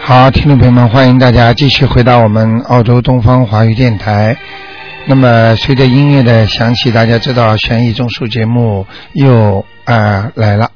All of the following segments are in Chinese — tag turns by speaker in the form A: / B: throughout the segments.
A: 好，听众朋友们，欢迎大家继续回到我们澳洲东方华语电台。那么，随着音乐的响起，大家知道悬疑综述节目又啊、呃来了。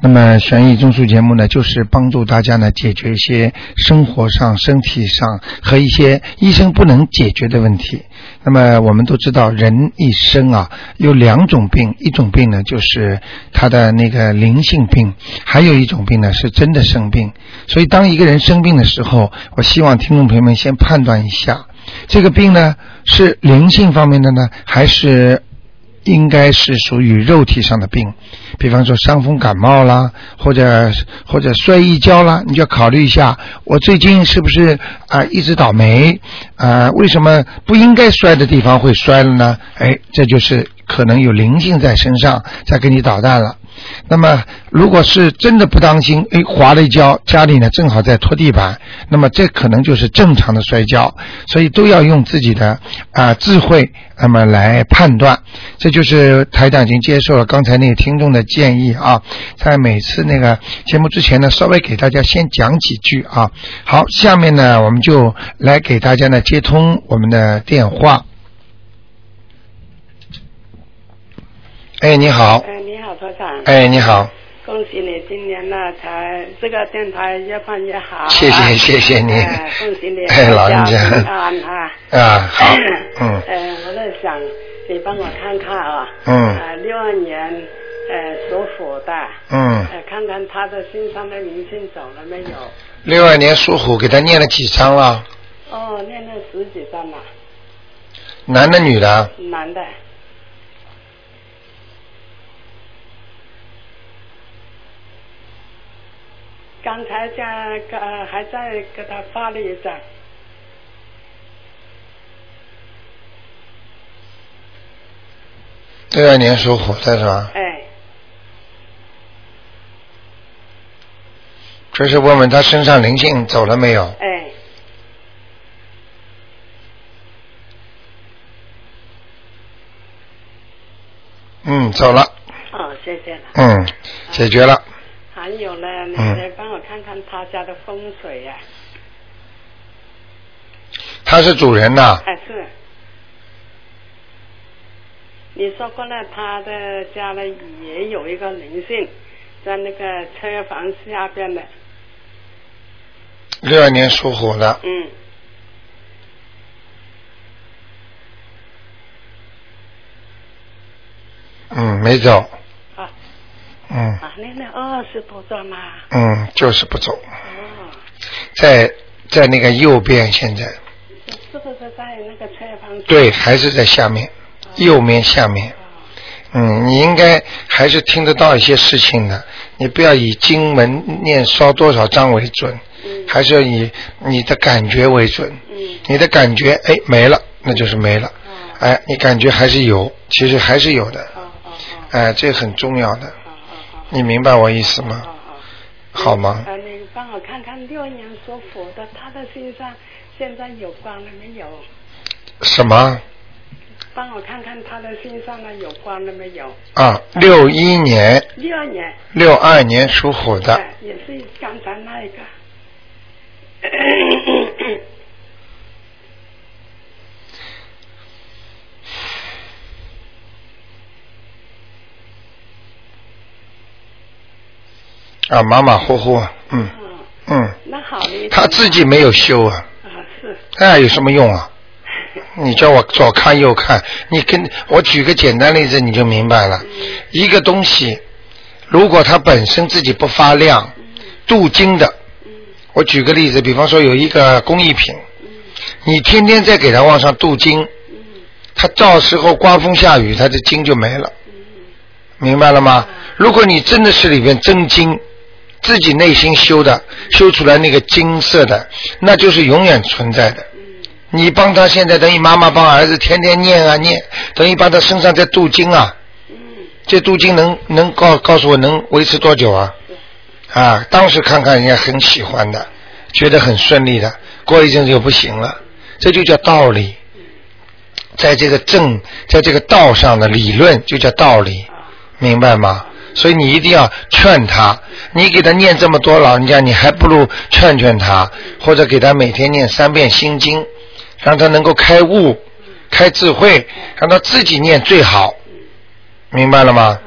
A: 那么，悬疑综述节目呢，就是帮助大家呢解决一些生活上、身体上和一些医生不能解决的问题。那么，我们都知道，人一生啊有两种病，一种病呢就是他的那个灵性病，还有一种病呢是真的生病。所以，当一个人生病的时候，我希望听众朋友们先判断一下。这个病呢是灵性方面的呢，还是应该是属于肉体上的病？比方说伤风感冒啦，或者或者摔一跤啦，你就要考虑一下，我最近是不是啊、一直倒霉啊、为什么不应该摔的地方会摔了呢？哎，这就是可能有灵性在身上在给你捣蛋了。那么，如果是真的不当心，哎，滑了一跤，家里呢正好在拖地板，那么这可能就是正常的摔跤，所以都要用自己的啊、智慧，那么来判断。这就是台长已经接受了刚才那个听众的建议啊，在每次那个节目之前呢，稍微给大家先讲几句啊。好，下面呢，我们就来给大家呢接通我们的电话。哎，你好，
B: 哎，你好，台长。
A: 哎，你好。
B: 恭喜你今年呢、才这个电台越办越好啊。
A: 谢谢谢谢你
B: 哎恭喜你。
A: 哎老人家
B: 平安哈。
A: 啊，好，嗯
B: 呃，我在想，你帮我看看啊。
A: 嗯
B: 呃，六二年，呃，属虎的。
A: 嗯，
B: 呃，看看他的身上的灵性走了没有？
A: 六二年属虎，给他念了几张了？
B: 哦，念了十几张了，
A: 男的女的？
B: 男的。刚才在呃还在给他发了一张，
A: 六二年属虎的是吧？
B: 哎，
A: 就是问问他身上灵性走了没有？
B: 哎，
A: 嗯，走了。
B: 哦，谢谢了。
A: 嗯，解决了。
B: 还有呢，你
A: 嗯
B: 来帮我看看他家的风水啊呀、
A: 他是主人呐、
B: 哎，是。你说过了，他的家呢也有一个灵性，在那个车房下边的，
A: 六二年属虎的，
B: 嗯。
A: 嗯，没走。
B: 啊
A: 嗯
B: 啊，那那二十多张啊嘛，
A: 嗯，就是不走，
B: 哦，
A: 在在那个右边现在，
B: 是是不是在那个车房？哦
A: 对，还是在下面，右面下面。嗯，你应该还是听得到一些事情的，你不要以经文念烧多少章为准，
B: 嗯
A: 还是要以你的感觉为准。
B: 嗯
A: 你的感觉，哎，没了，那就是没了。
B: 哦
A: 哎，你感觉还是有，其实还是有的。
B: 哦哦哦
A: 哎，这很重要的，
B: 哦哦
A: 你明白我意思
B: 哦
A: 吗？
B: 哦
A: 好
B: 哦，
A: 吗？
B: 呃，你帮我看看六年属虎的，他的身上现在有光了没有？
A: 什么
B: 帮我看看他的身上呢有光了没有？
A: 啊？六一年、
B: 六二年，
A: 六二年属虎的，
B: 哎也是刚才那一个。
A: 嗯 啊，马马虎虎，嗯
B: 嗯，
A: 嗯，
B: 那好的。
A: 他自己没有修啊，
B: 啊是，
A: 那有什么用啊？你叫我左看右看，你跟我举个简单例子你就明白
B: 嗯
A: 了。一个东西，如果它本身自己不发亮，
B: 嗯
A: 镀金的，我举个例子，比方说有一个工艺品，
B: 嗯
A: 你天天在给它往上镀金，它到时候刮风下雨，它的金就没了，明白了吗？如果你真的是里面真金，自己内心修的，修出来那个金色的，那就是永远存在的。你帮他现在等于妈妈帮儿子天天念啊念，等于帮他身上在镀金啊。这镀金能能告告诉我能维持多久啊？啊，当时看看人家很喜欢的，觉得很顺利的，过一阵子就不行了，这就叫道理。在这个正，在这个道上的理论就叫道理，明白吗？所以你一定要劝他。你给他念这么多老人家，你还不如劝劝他，或者给他每天念三遍心经，让他能够开悟、开智慧，让他自己念最好，明白了吗？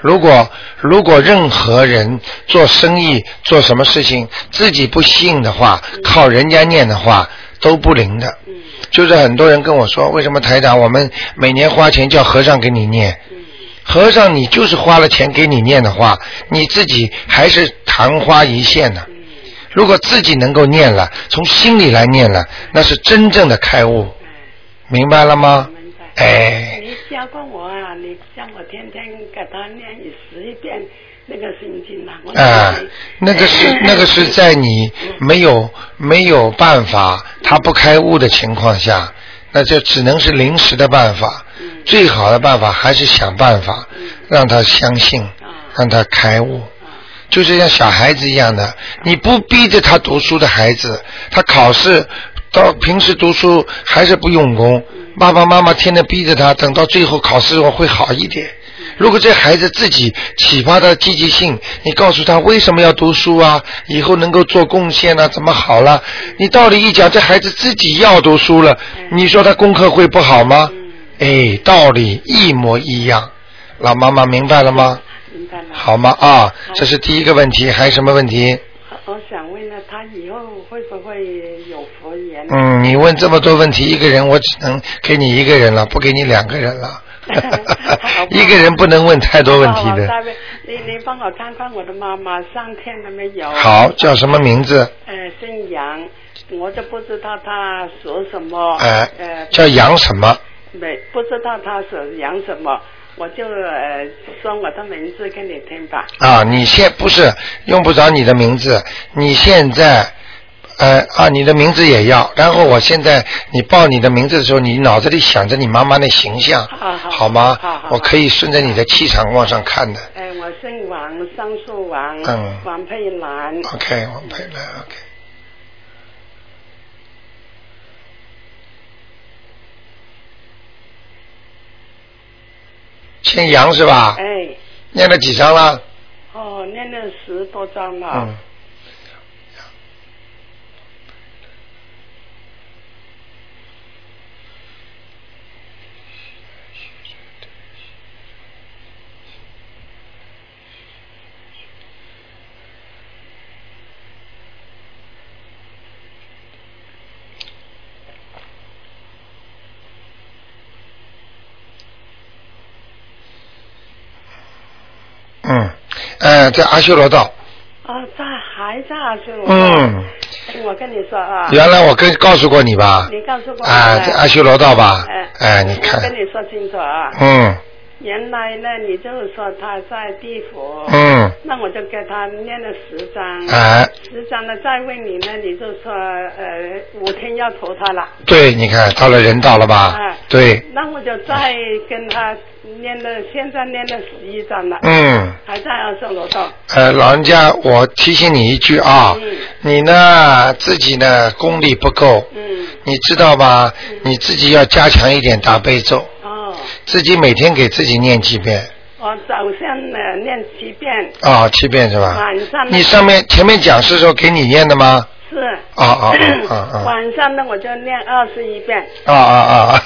A: 如果如果任何人做生意做什么事情自己不信的话，靠人家念的话都不灵的。就是很多人跟我说，为什么台长我们每年花钱叫和尚给你念？和尚你就是花了钱给你念的话，你自己还是昙花一现呢、如果自己能够念了，从心里来念了，那是真正的开悟，明白了吗？
B: 明白。
A: 哎，
B: 你教过我啊，你叫我天天给他念十遍那个心经啊，我
A: 啊，那个 是那个是在你没有没有办法，他不开悟的情况下，那就只能是临时的办法。最好的办法还是想办法让他相信，让他开悟。就是像小孩子一样的，你不逼着他读书的孩子，他考试到平时读书还是不用功，爸爸妈妈天天逼着他，等到最后考试我会好一点。如果这孩子自己启发他的积极性，你告诉他为什么要读书啊，以后能够做贡献啊，怎么好了？你道理一讲，这孩子自己要读书了，
B: 嗯
A: 你说他功课会不好吗？哎，道理一模一样，老妈妈明白了吗？
B: 明白了。
A: 好吗？啊，这是第一个问题，还有什么问题？
B: 我想问呢，他以后会不会有佛缘？
A: 嗯，你问这么多问题，一个人我只能给你一个人了，不给你两个人 了。 一个人不能问太多问题
B: 好
A: 的。
B: 大卫，你你帮我看看我的妈妈上天了没有？
A: 好，叫什么名字？
B: 呃，姓杨，我就不知道他属什么。
A: 哎、
B: 呃，
A: 叫杨什么？
B: 没不知道他属羊什么，我就呃说我的名字给你听吧。
A: 啊，你现不是用不着你的名字，你现在，呃啊，你的名字也要。然后我现在你报你的名字的时候，你脑子里想着你妈妈那形象，
B: 好好
A: 吗
B: 好好？
A: 我可以顺着你的气场往上看的。
B: 哎、我姓王，桑树王，
A: 嗯
B: 王佩兰。
A: OK，我陪来 OK。姓杨是吧？
B: 哎，
A: 念了几张了？
B: 哦，念了十多张了。
A: 嗯。嗯，呃，在阿修罗道，
B: 哦，他还在阿修罗。
A: 嗯，
B: 哎。我跟你说啊。
A: 原来我跟告诉过你吧，
B: 你告诉过我
A: 啊，
B: 的
A: 在阿修罗道吧
B: 哎，，
A: 哎，你
B: 我跟
A: 看，
B: 你说清楚啊，
A: 嗯
B: 原来呢，你就是说他在地府，
A: 嗯，
B: 那我就给他念了十章，
A: 哎，
B: 十章呢，再问你呢，你就说呃五天要投他了，
A: 对，你看到了人道了吧
B: 哎？
A: 对，
B: 那我就再跟他念了，现在念了十一章了，
A: 嗯。
B: 还在二圣楼道，
A: 呃，老人家，我提醒你一句啊，
B: 嗯
A: 你呢自己呢功力不够，
B: 嗯，
A: 你知道吧？你自己要加强一点大悲咒，
B: 哦，
A: 自己每天给自己念几遍
B: 我早上呢念七遍，
A: 啊、七遍是吧
B: 晚上？呢
A: 你上面前面讲是说给你念的吗？
B: 是，
A: 啊啊啊啊啊
B: 晚上呢我就念二十一遍，
A: 啊啊 啊！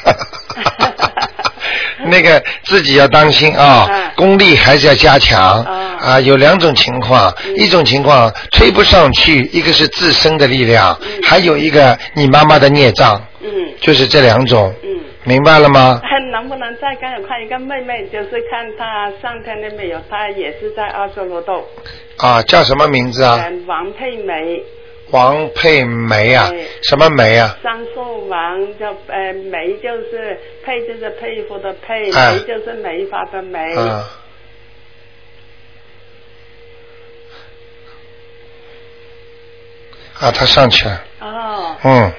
A: 那个自己要当心啊
B: 嗯，
A: 功力还是要加强
B: 哦
A: 啊。有两种情况，
B: 嗯
A: 一种情况推不上去，一个是自身的力量，还有一个你妈妈的孽障，
B: 嗯
A: 就是这两种，
B: 嗯。
A: 明白了吗？
B: 能不能再看看一个妹妹，就是看她上天了没有？她也是在澳洲罗道，
A: 啊，叫什么名字啊？
B: 嗯，王佩梅，
A: 王佩梅啊
B: 对，
A: 什么梅啊？
B: 桑树王叫呃梅就是佩就是佩服的佩，
A: 哎
B: 梅就是梅花的梅，
A: 啊。啊，他上去了。
B: 哦，
A: 嗯，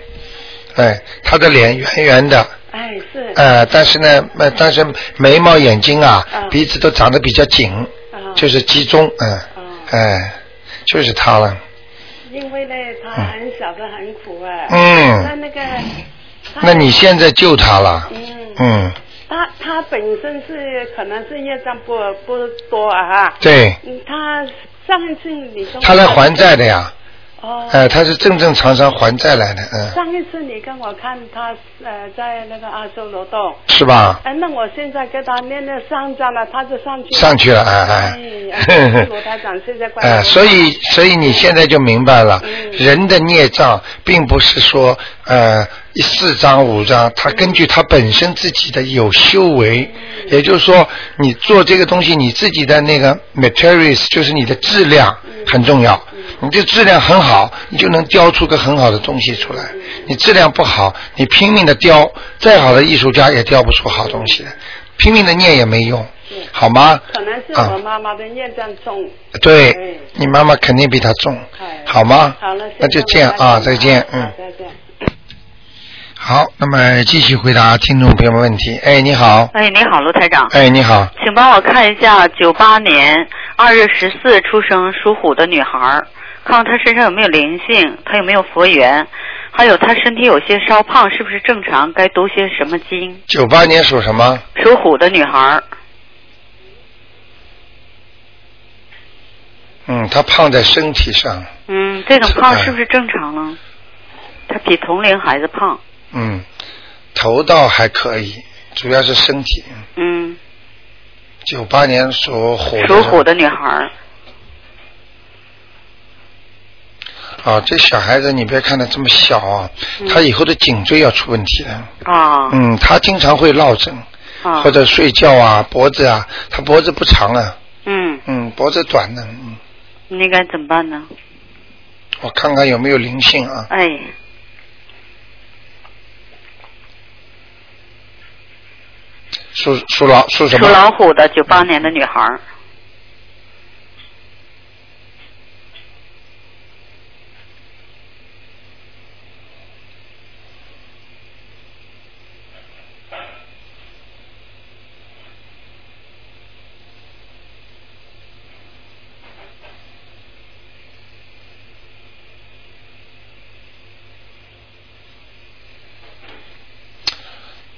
A: 哎，他的脸圆圆的，
B: 哎是，
A: 呃，但是呢，呃，但是眉毛、眼睛啊，
B: 嗯
A: 鼻子都长得比较紧，
B: 啊，
A: 就是集中，嗯，
B: 哦
A: 哎，就是他了，
B: 因为呢她很小的很苦啊，
A: 嗯
B: 她那个，她
A: 那你现在救他了，
B: 嗯，
A: 嗯，
B: 她他他本身是可能是业障不不多啊，
A: 对，
B: 嗯他上一次你跟我
A: 他来还债的呀，
B: 哦，
A: 呃，他是正正常常还债来的，嗯，
B: 上一次你跟我看他呃在那个阿修罗洞，
A: 是吧？
B: 哎，那我现在给他念了上章了，他就上去了
A: 上去了，哎
B: 哎，
A: 哎
B: 哎，罗台长现在关
A: 哎，所以所以你现在就明白了，
B: 嗯
A: 人的孽障并不是说呃一四张五张，
B: 嗯
A: 他根据他本身自己的有修为，也就是说你做这个东西，你自己的那个 materials 就是你的质量
B: 嗯
A: 很重要，你这质量很好，你就能雕出个很好的东西出来。
B: 嗯
A: 你质量不好，你拼命的雕，再好的艺术家也雕不出好东西来，拼命的念也没用，好吗？
B: 嗯可能是
A: 啊
B: 我妈妈的业障重，
A: 对
B: 对，
A: 你妈妈肯定比他重
B: 哎，
A: 好吗？
B: 好了，
A: 那就这样啊，再见，嗯
B: 好，再见。
A: 好，那么继续回答听众朋友们问题。哎，你好，
C: 哎，你好，卢台长，
A: 哎，你好，
C: 请帮我看一下九八年二月十四出生属虎的女孩儿，看看她身上有没有灵性，她有没有佛缘，还有她身体有些稍胖，是不是正常？该读些什么经？
A: 九八年属什么？
C: 属虎的女孩儿，
A: 嗯，她胖在身体上，
C: 嗯，这种
A: 哎
C: 胖是不是正常呢？她比同龄孩子胖，
A: 嗯，头倒还可以，主要是身体。
C: 嗯，
A: 九八年属虎的，
C: 属虎的女孩儿，
A: 啊，这小孩子你别看他这么小啊，
C: 嗯
A: 他以后的颈椎要出问题的。
C: 啊
A: 嗯，他经常会落枕，
C: 啊
A: 或，者睡觉啊，脖子啊，他脖子不长啊，
C: 嗯，
A: 嗯，脖子短的，嗯，
C: 那该怎么办呢？
A: 我看看有没有灵性啊。
C: 哎，
A: 属属老属什
C: 属
A: 么？
C: 老虎的九八年的女孩儿，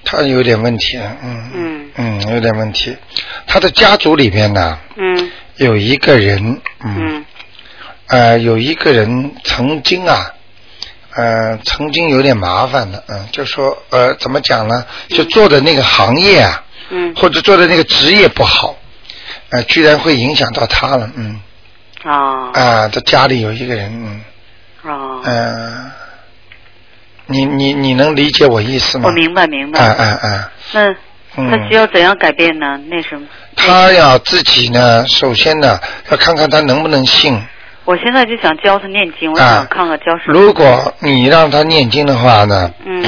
A: 他有点问题啊，嗯
C: 嗯
A: 嗯，有点问题。他的家族里面呢，
C: 嗯
A: 有一个人，嗯，
C: 嗯
A: 呃，有一个人曾经啊，呃，曾经有点麻烦的，嗯，就说呃，怎么讲呢？就做的那个行业啊，
C: 嗯
A: 或者做的那个职业不好，呃，居然会影响到他了，嗯，
C: 啊
A: 啊、他家里有一个人，嗯，
C: 啊。
A: 呃，你你你能理解我意思吗？
C: 我明白哦明白。
A: 啊啊啊！
C: 那
A: 嗯，
C: 他需要怎样改变呢？那什么，
A: 他要自己呢，首先呢，要看看他能不能
C: 嗯
A: 信。
C: 我现在就想教他念经，我
A: 啊
C: 想看看教什么。
A: 如果你让他念经的话呢，
C: 嗯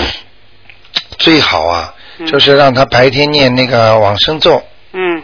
A: 最好啊，
C: 嗯
A: 就是让他白天念那个往生咒，
C: 嗯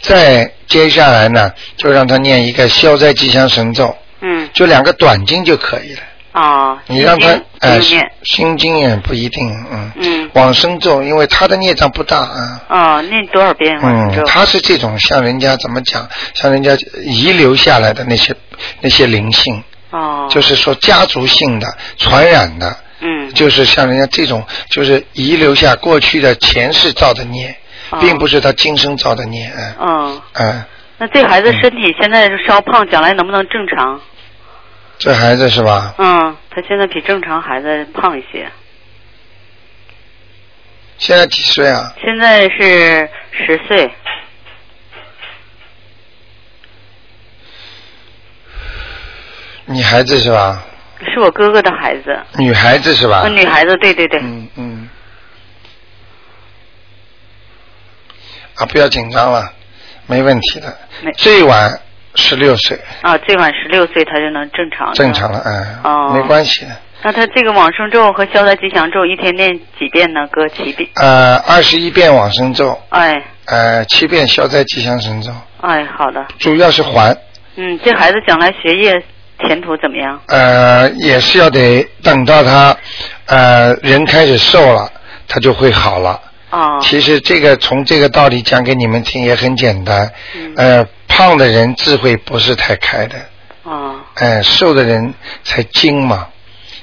A: 再接下来呢，就让他念一个消灾吉祥神咒，
C: 嗯
A: 就两个短经就可以了。
C: 啊，
A: 你让他
C: 心经
A: 哎，
C: 不用
A: 心
C: 念
A: 心经也不一定，嗯，
C: 嗯
A: 往生咒，因为他的孽障不大啊。
C: 啊，念多少遍往
A: 嗯，
C: 生咒？
A: 他是这种像人家怎么讲，像人家遗留下来的那些那些灵性，
C: 哦，
A: 就是说家族性的传染的，
C: 嗯
A: 就是像人家这种，就是遗留下过去的前世造的孽，
C: 哦
A: 并不是他今生造的孽，嗯
C: 嗯，
A: 嗯，
C: 那这孩子身体现在是稍胖，将来能不能正常？
A: 这孩子是吧？
C: 嗯，他现在比正常孩子胖一些，
A: 现在几岁啊？
C: 现在是十岁。
A: 女孩子是吧？
C: 是我哥哥的孩子，
A: 女孩子是吧
C: 呃？女孩子，对对对，
A: 嗯嗯。啊，不要紧张了，没问题的
C: 没。
A: 最晚十六岁，
C: 啊，最晚十六岁他就能正常。
A: 正常了，哎、
C: 哦
A: 没关系的。
C: 那他这个往生咒和消灾吉祥咒一天念几遍呢？哥，七遍。
A: 呃，二十一遍往生咒，
C: 哎
A: 呃，七遍消灾吉祥神咒，
C: 哎，好的。
A: 主要是还，
C: 嗯，这孩子将来学业前途怎么样？
A: 呃，也是要得等到他，呃，人开始瘦了，他就会好了。
C: 啊、
A: 其实这个从这个道理讲给你们听也很简单，
C: 嗯
A: 呃，胖的人智慧不是太开的，
C: 啊、
A: 哎、瘦的人才精嘛，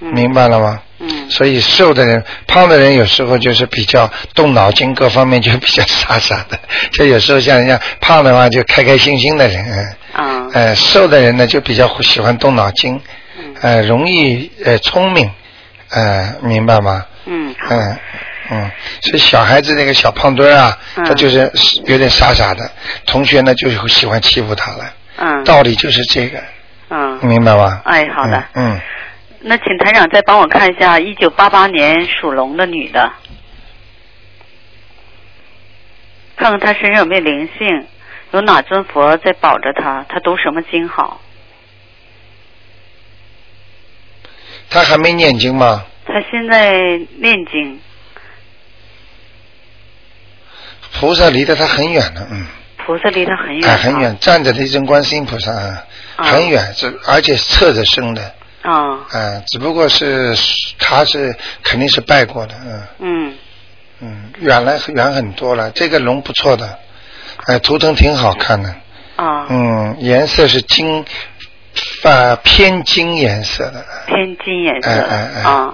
C: 嗯
A: 明白了吗？
C: 嗯
A: 所以瘦的人、胖的人有时候就是比较动脑筋，各方面就比较傻傻的。 就有时候像人家胖的话，就开开心心的人，嗯
C: 啊
A: 呃，瘦的人呢就比较喜欢动脑筋，
C: 嗯
A: 呃，容易呃聪明，呃，明白吗？
C: 嗯好
A: 嗯嗯，所以小孩子那个小胖墩儿啊，
C: 嗯
A: 他就是有点傻傻的，同学呢就喜欢欺负他了，
C: 嗯
A: 道理就是这个，
C: 嗯
A: 明白吗？
C: 哎好的
A: 嗯，嗯
C: 那请台长再帮我看一下一九八八年属龙的女的，看看她身上有没有灵性，有哪尊佛在保着她，她读什么经好？
A: 他还没念经吗？
C: 她现在念经，
A: 菩萨离得他很远呢，嗯，
C: 菩萨离她很远、
A: 哎，很远，站着的一尊观世音菩萨，啊，
C: 啊
A: 很远，这而且侧着身的，
C: 啊，
A: 嗯，只不过是他是肯定是拜过的，嗯
C: 嗯
A: 嗯，远了远很多了，这个龙不错的，哎，图腾挺好看的，
C: 啊，
A: 嗯，颜色是金，呃，偏金颜色的，
C: 偏金颜色、
A: 哎哎哎
C: 啊，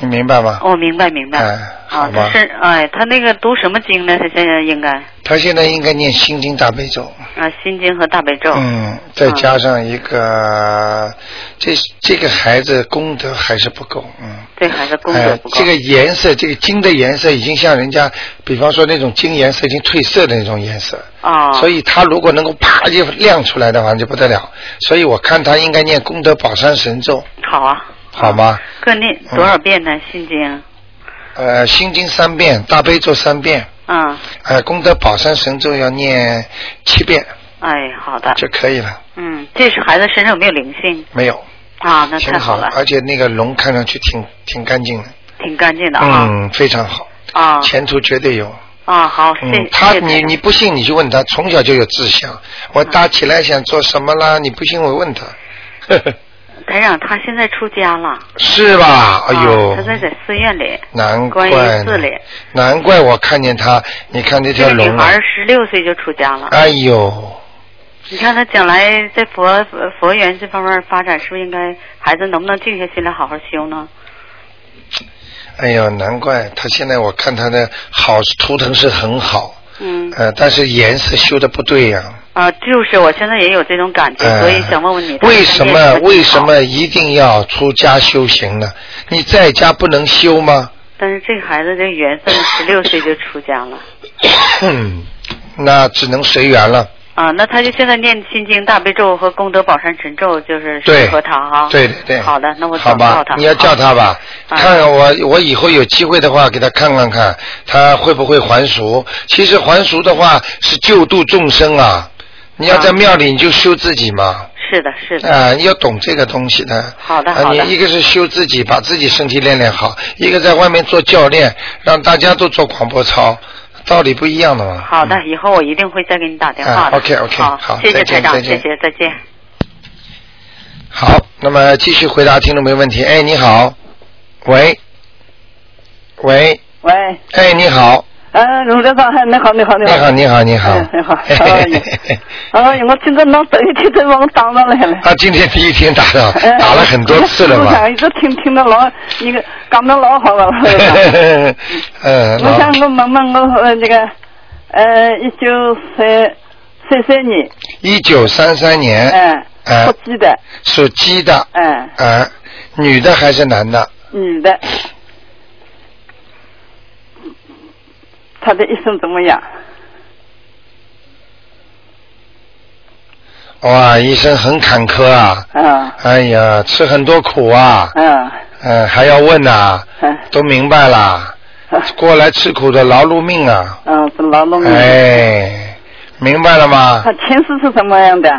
A: 你明白吗？
C: 我、明白哦明白、
A: 哎好
C: 啊，
A: 吧
C: 她是哎，她那个读什么经呢？她现在应该
A: 他现在应该念心经大悲咒，
C: 啊，心经和大悲咒，
A: 嗯，再加上一个，这这个孩子功德还是不够，嗯。
C: 对孩子功德
A: 哎
C: 不，够。
A: 这个颜色，这个金的颜色已经像人家，比方说那种金颜色已经褪色的那种颜色，
C: 啊，
A: 所以他如果能够啪就亮出来的话，就不得了。所以我看他应该念功德宝山神咒，
C: 好啊，
A: 好吗？
C: 各念多少遍呢？
A: 嗯
C: 心经，
A: 呃，心经三遍，大悲咒三遍，
C: 嗯，
A: 呃，功德宝山神咒要念七遍
C: 哎，好的，
A: 就可以了。
C: 嗯，这是孩子身上有没有灵性
A: 没有，
C: 啊？那
A: 挺
C: 太
A: 好哎
C: 了，
A: 而且那个龙看上去挺挺干净的，
C: 挺干净的啊，
A: 嗯，非常好，
C: 啊
A: 前途绝对有。
C: 啊，好，谢
A: 嗯
C: 谢，
A: 他
C: 谢
A: 你
C: 台
A: 你不信你就问他，从小就有志向。我打起来想做什么啦？你不信我 问他，
C: 台长，他现在出家了，
A: 是吧？哎
C: 啊
A: 呦
C: 他，在在寺院里，
A: 难
C: 观
A: 怪
C: 音寺
A: 呢
C: 里，
A: 难怪我看见他，你看这
C: 这
A: 条
C: 个女
A: 龙
C: 孩
A: 啊，
C: 十六岁就出家了，
A: 哎呦，
C: 你看她将来在佛佛缘这方面发展，是不是应该孩子能不能静下心来好好修呢？
A: 哎呦，难怪他现在我看他的好图腾是很好，
C: 嗯，
A: 呃，但是颜色修的不对呀、
C: 啊，就是我现在也有这种感觉，
A: 呃，
C: 所以想问问你，
A: 为什
C: 她现
A: 么
C: 在念得
A: 为什
C: 好
A: 么一定要出家修行呢？你在家不能修吗？
C: 但是这个孩子这个缘分，十六岁就出家了
A: 那只能随缘了。
C: 啊。那他就现在念心经、大悲咒和功德宝山神咒，就是
A: 对
C: 适合他哈。
A: 对对对。
C: 好的，那我
A: 好
C: 转告
A: 吧
C: 他。，
A: 你要叫他吧，
C: 好嗯
A: 看看我我以后有机会的话，给他看看看他会不会还俗。其实还俗的话是救度众生啊，你要在
C: 啊
A: 庙里你就修自己嘛。
C: 是的，是的。
A: 啊，你要懂这个东西的。
C: 嗯好的
A: 啊，
C: 好的
A: 你一个是修自己，把自己身体练练好；一个在外面做教练，让大家都做广播操，道理不一样的嘛。
C: 好的
A: 嗯，
C: 以后我一定会再给你打电话的。
A: 啊，OK，OK，好
C: 谢谢
A: 再见
C: 台长，
A: 再
C: 谢
A: 见
C: 谢，再见。
A: 好，那么继续回答听众没问题。哎，你好，喂，喂，
D: 喂，
A: 哎，你好，
D: 啊，卢队长，你好，你好，
A: 你好，
D: 好，
A: 你好，你好
D: 哎，你好
A: 嘿嘿嘿嘿嘿
D: 哎呀，我今天能等一天，真把我打上来了。
A: 啊，今天第一天打 到，
D: 哎
A: 打了很多次了
D: 我
A: 吧？
D: 想一直听听的老，你个感到老好了。
A: 嗯，
D: 我想
A: 老
D: 我问问我呃那个，呃，一九三三三年，
A: 一九三三年
D: 嗯，
A: 哎
D: 属鸡的，
A: 属鸡的，
D: 嗯，
A: 啊，女的还是男的？
D: 女的，她的一生怎么样？
A: 哇，医生很坎坷啊！
D: 嗯
A: 哎呀，吃很多苦啊，
D: 嗯
A: 嗯、还要问呐、
D: 嗯
A: 都明白啦，
D: 啊
A: 过来吃苦的劳碌命啊！
D: 嗯，是劳动力。
A: 哎，明白了 吗
D: 她？前世是什么样的？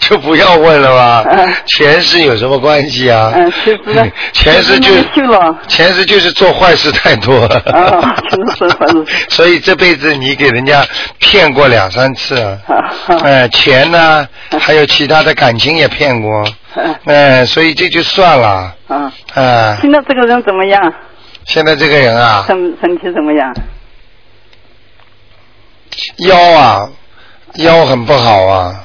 A: 就不要问了吧
D: 嗯，
A: 前世有什么关系啊？
D: 嗯，其实呢
A: 前世就
D: 其实那个修了，
A: 前世就是做坏事太多，
D: 哦真是坏事
A: 所以这辈子你给人家骗过两三次， 呃，钱呢，还有其他的感情也骗 过，
D: 啊
A: 呃，所以这就算了，
D: 嗯，
A: 呃，
D: 现在这个人怎么样？
A: 现在这个人啊，
D: 身身体怎么样？
A: 腰啊，腰很不好啊，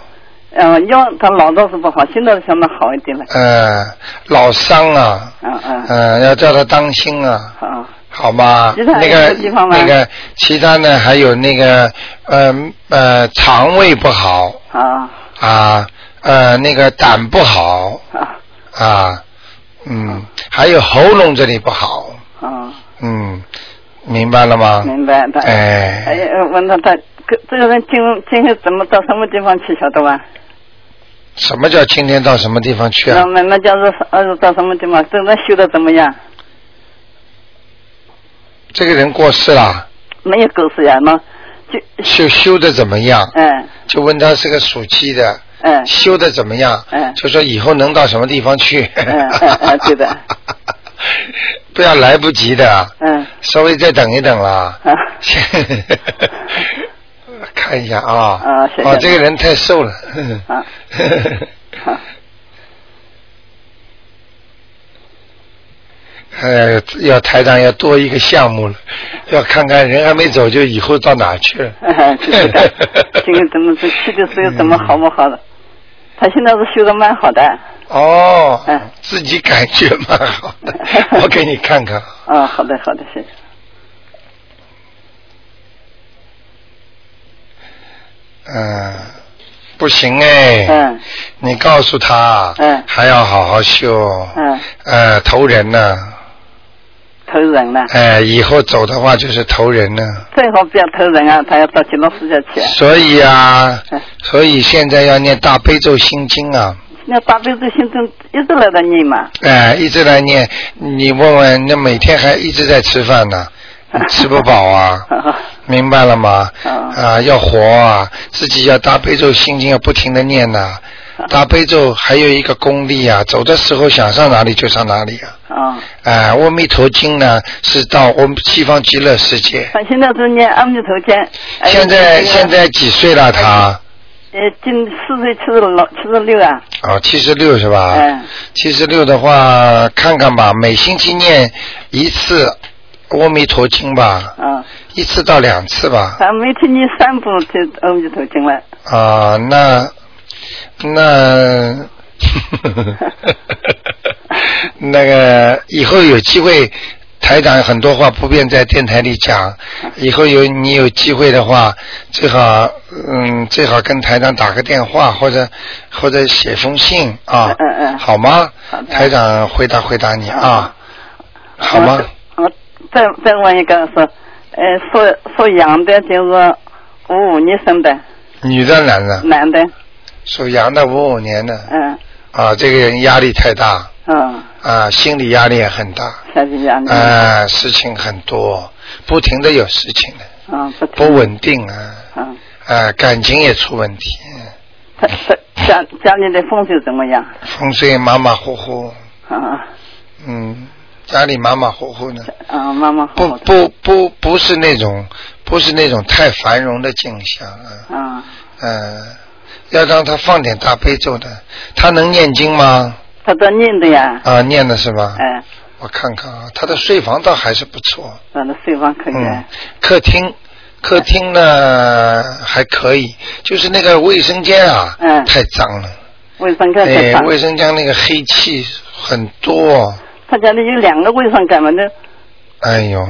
D: 嗯，腰他老倒是不好，现在相当好一点了。
A: 呃，老伤啊，
D: 嗯嗯
A: 呃，要叫他当心啊，
D: 好，
A: 好吗？
D: 其他还
A: 那
D: 有什
A: 个
D: 么地方吗
A: 那个其他呢，还有那个呃呃肠胃不好
D: 好，
A: 啊，呃那个胆不好
D: 好，
A: 啊，嗯，还有喉咙这里不好，
D: 好，
A: 嗯，明白了吗？
D: 啊明白的。
A: 啊哎
D: 哎，呃问他他这这个人今今后怎么到什么地方去，晓得吧？
A: 什么叫今天到什么地方去
D: 那
A: 啊？
D: 那那就是呃到什么地方？这人修的怎么样？
A: 这个人过世了，
D: 没有狗屎呀，那就
A: 修修的怎么样？
D: 嗯
A: 就问他是个暑期的，
D: 嗯
A: 修的怎么样？
D: 嗯
A: 就说以后能到什么地方去？
D: 嗯嗯嗯对的。
A: 不要来不及的，
D: 嗯
A: 稍微再等一等啦。
D: 啊
A: 看一下啊。
D: 啊谢谢
A: 哦，这个人太瘦了。
D: 啊好
A: 呃，要台长要多一个项目了，要看看人还没走就以后到哪去 了。
D: 哎就是的， 这个怎么这去的时候怎么好不好的？他现在是修的蛮好的，
A: 哦
D: 嗯，
A: 自己感觉蛮好的，我给你看看。
D: 啊，好的好的，谢谢。
A: 嗯，不行哎。
D: 嗯
A: 你告诉他，
D: 嗯
A: 还要好好修，
D: 嗯，
A: 呃，投人呢、
D: 投人了，
A: 哎、以后走的话就是投人呢、
D: 最好不要投人啊，他要到金老师家去。
A: 所以啊
D: 嗯，
A: 所以现在要念大悲咒心经啊，
D: 那大悲咒心中一直来的念嘛，
A: 哎、一直来念。你问问，那每天还一直在吃饭 呢，你吃不饱啊？ 明白了吗？
D: 嗯
A: 啊，要活啊，自己要大悲咒心经要不停的念呐、
D: 嗯
A: 大悲咒还有一个功力啊，走的时候想上哪里就上哪里啊。
D: 啊，
A: 啊，阿弥陀经呢是到我们西方极乐世界。
D: 他现在是念阿弥陀经。哎
A: 现在
D: 这个
A: 现在几岁了他？
D: 呃，今四岁七十六七十六啊，
A: 哦，七十六是吧？
D: 嗯，
A: 七十六的话，看看吧，每星期念一次阿弥陀经吧，
D: 啊，
A: 一次到两次吧。
D: 他每天念三部就阿弥陀经了，
A: 啊、那那 那个以后有机会，台长很多话不便在电台里讲。以后有你有机会的话，最好嗯，最好跟台长打个电话，或者或者写封信啊，
D: 嗯嗯嗯
A: 好吗
D: 好？的
A: 台长回答回答你啊，好吗？
D: 我？我啊再再问一个是，呃，属属羊的，就是五五年生的
A: 女的男的，
D: 男的，
A: 属羊的，五五年的
D: 嗯
A: 啊，这个人压力太大
D: 嗯，
A: 啊，心理压力也很大。
D: 下去羊的，
A: 啊，事情很多，不停的有事情的，
D: 嗯，不
A: 不
D: 听，
A: 稳定啊，
D: 嗯，
A: 啊，感情也出问题，
D: 他他家家里的风水怎么样？
A: 风水马马虎虎，
D: 啊
A: 嗯，家里马马虎虎的，
D: 啊，妈妈好
A: 不
D: 好的，
A: 不不不是那种不是那种太繁荣的景象啊，
D: 啊，
A: 嗯、要让他放点大悲咒的，他能念经吗？
D: 他在念的呀，
A: 啊，念的是吧？
D: 哎，
A: 我看看啊，他的睡房倒还是不错，
D: 他的睡房可以
A: 嗯
D: 啊，，
A: 客厅，客厅呢还可以，就是那个卫生间啊，
D: 嗯
A: 太脏了，
D: 卫生间
A: 哎
D: 在，房
A: 卫生间那个黑气很多，
D: 他家里有两个卫生间嘛，那
A: 哎呦，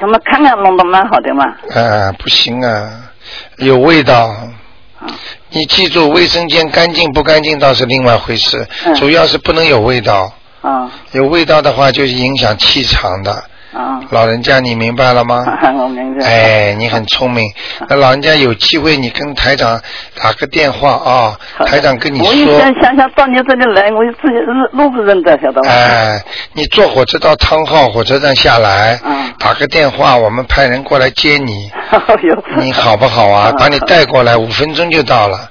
D: 怎么看看弄得蛮好的嘛。
A: 啊，不行啊，有味道。你记住，卫生间干净不干净倒是另外回事，
D: 嗯
A: 主要是不能有味道。
D: 啊
A: 有味道的话，就是影响气场的。
D: 啊，
A: 老人家，你明白了吗？
D: 我明白。
A: 哎，你很聪明。
D: 啊
A: 那老人家有机会，你跟台长打个电话啊、
D: 好的，
A: 台长跟你
D: 我一
A: 说，
D: 想想想到你这里来，我就自己路路不认得，晓得吧？
A: 哎，你坐火车到汤浩火车站下来，
D: 嗯
A: 打个电话，我们派人过来接你，
D: 哎呦，
A: 你好不好啊
D: 嗯？
A: 把你带过来，五分钟就到了。
D: 啊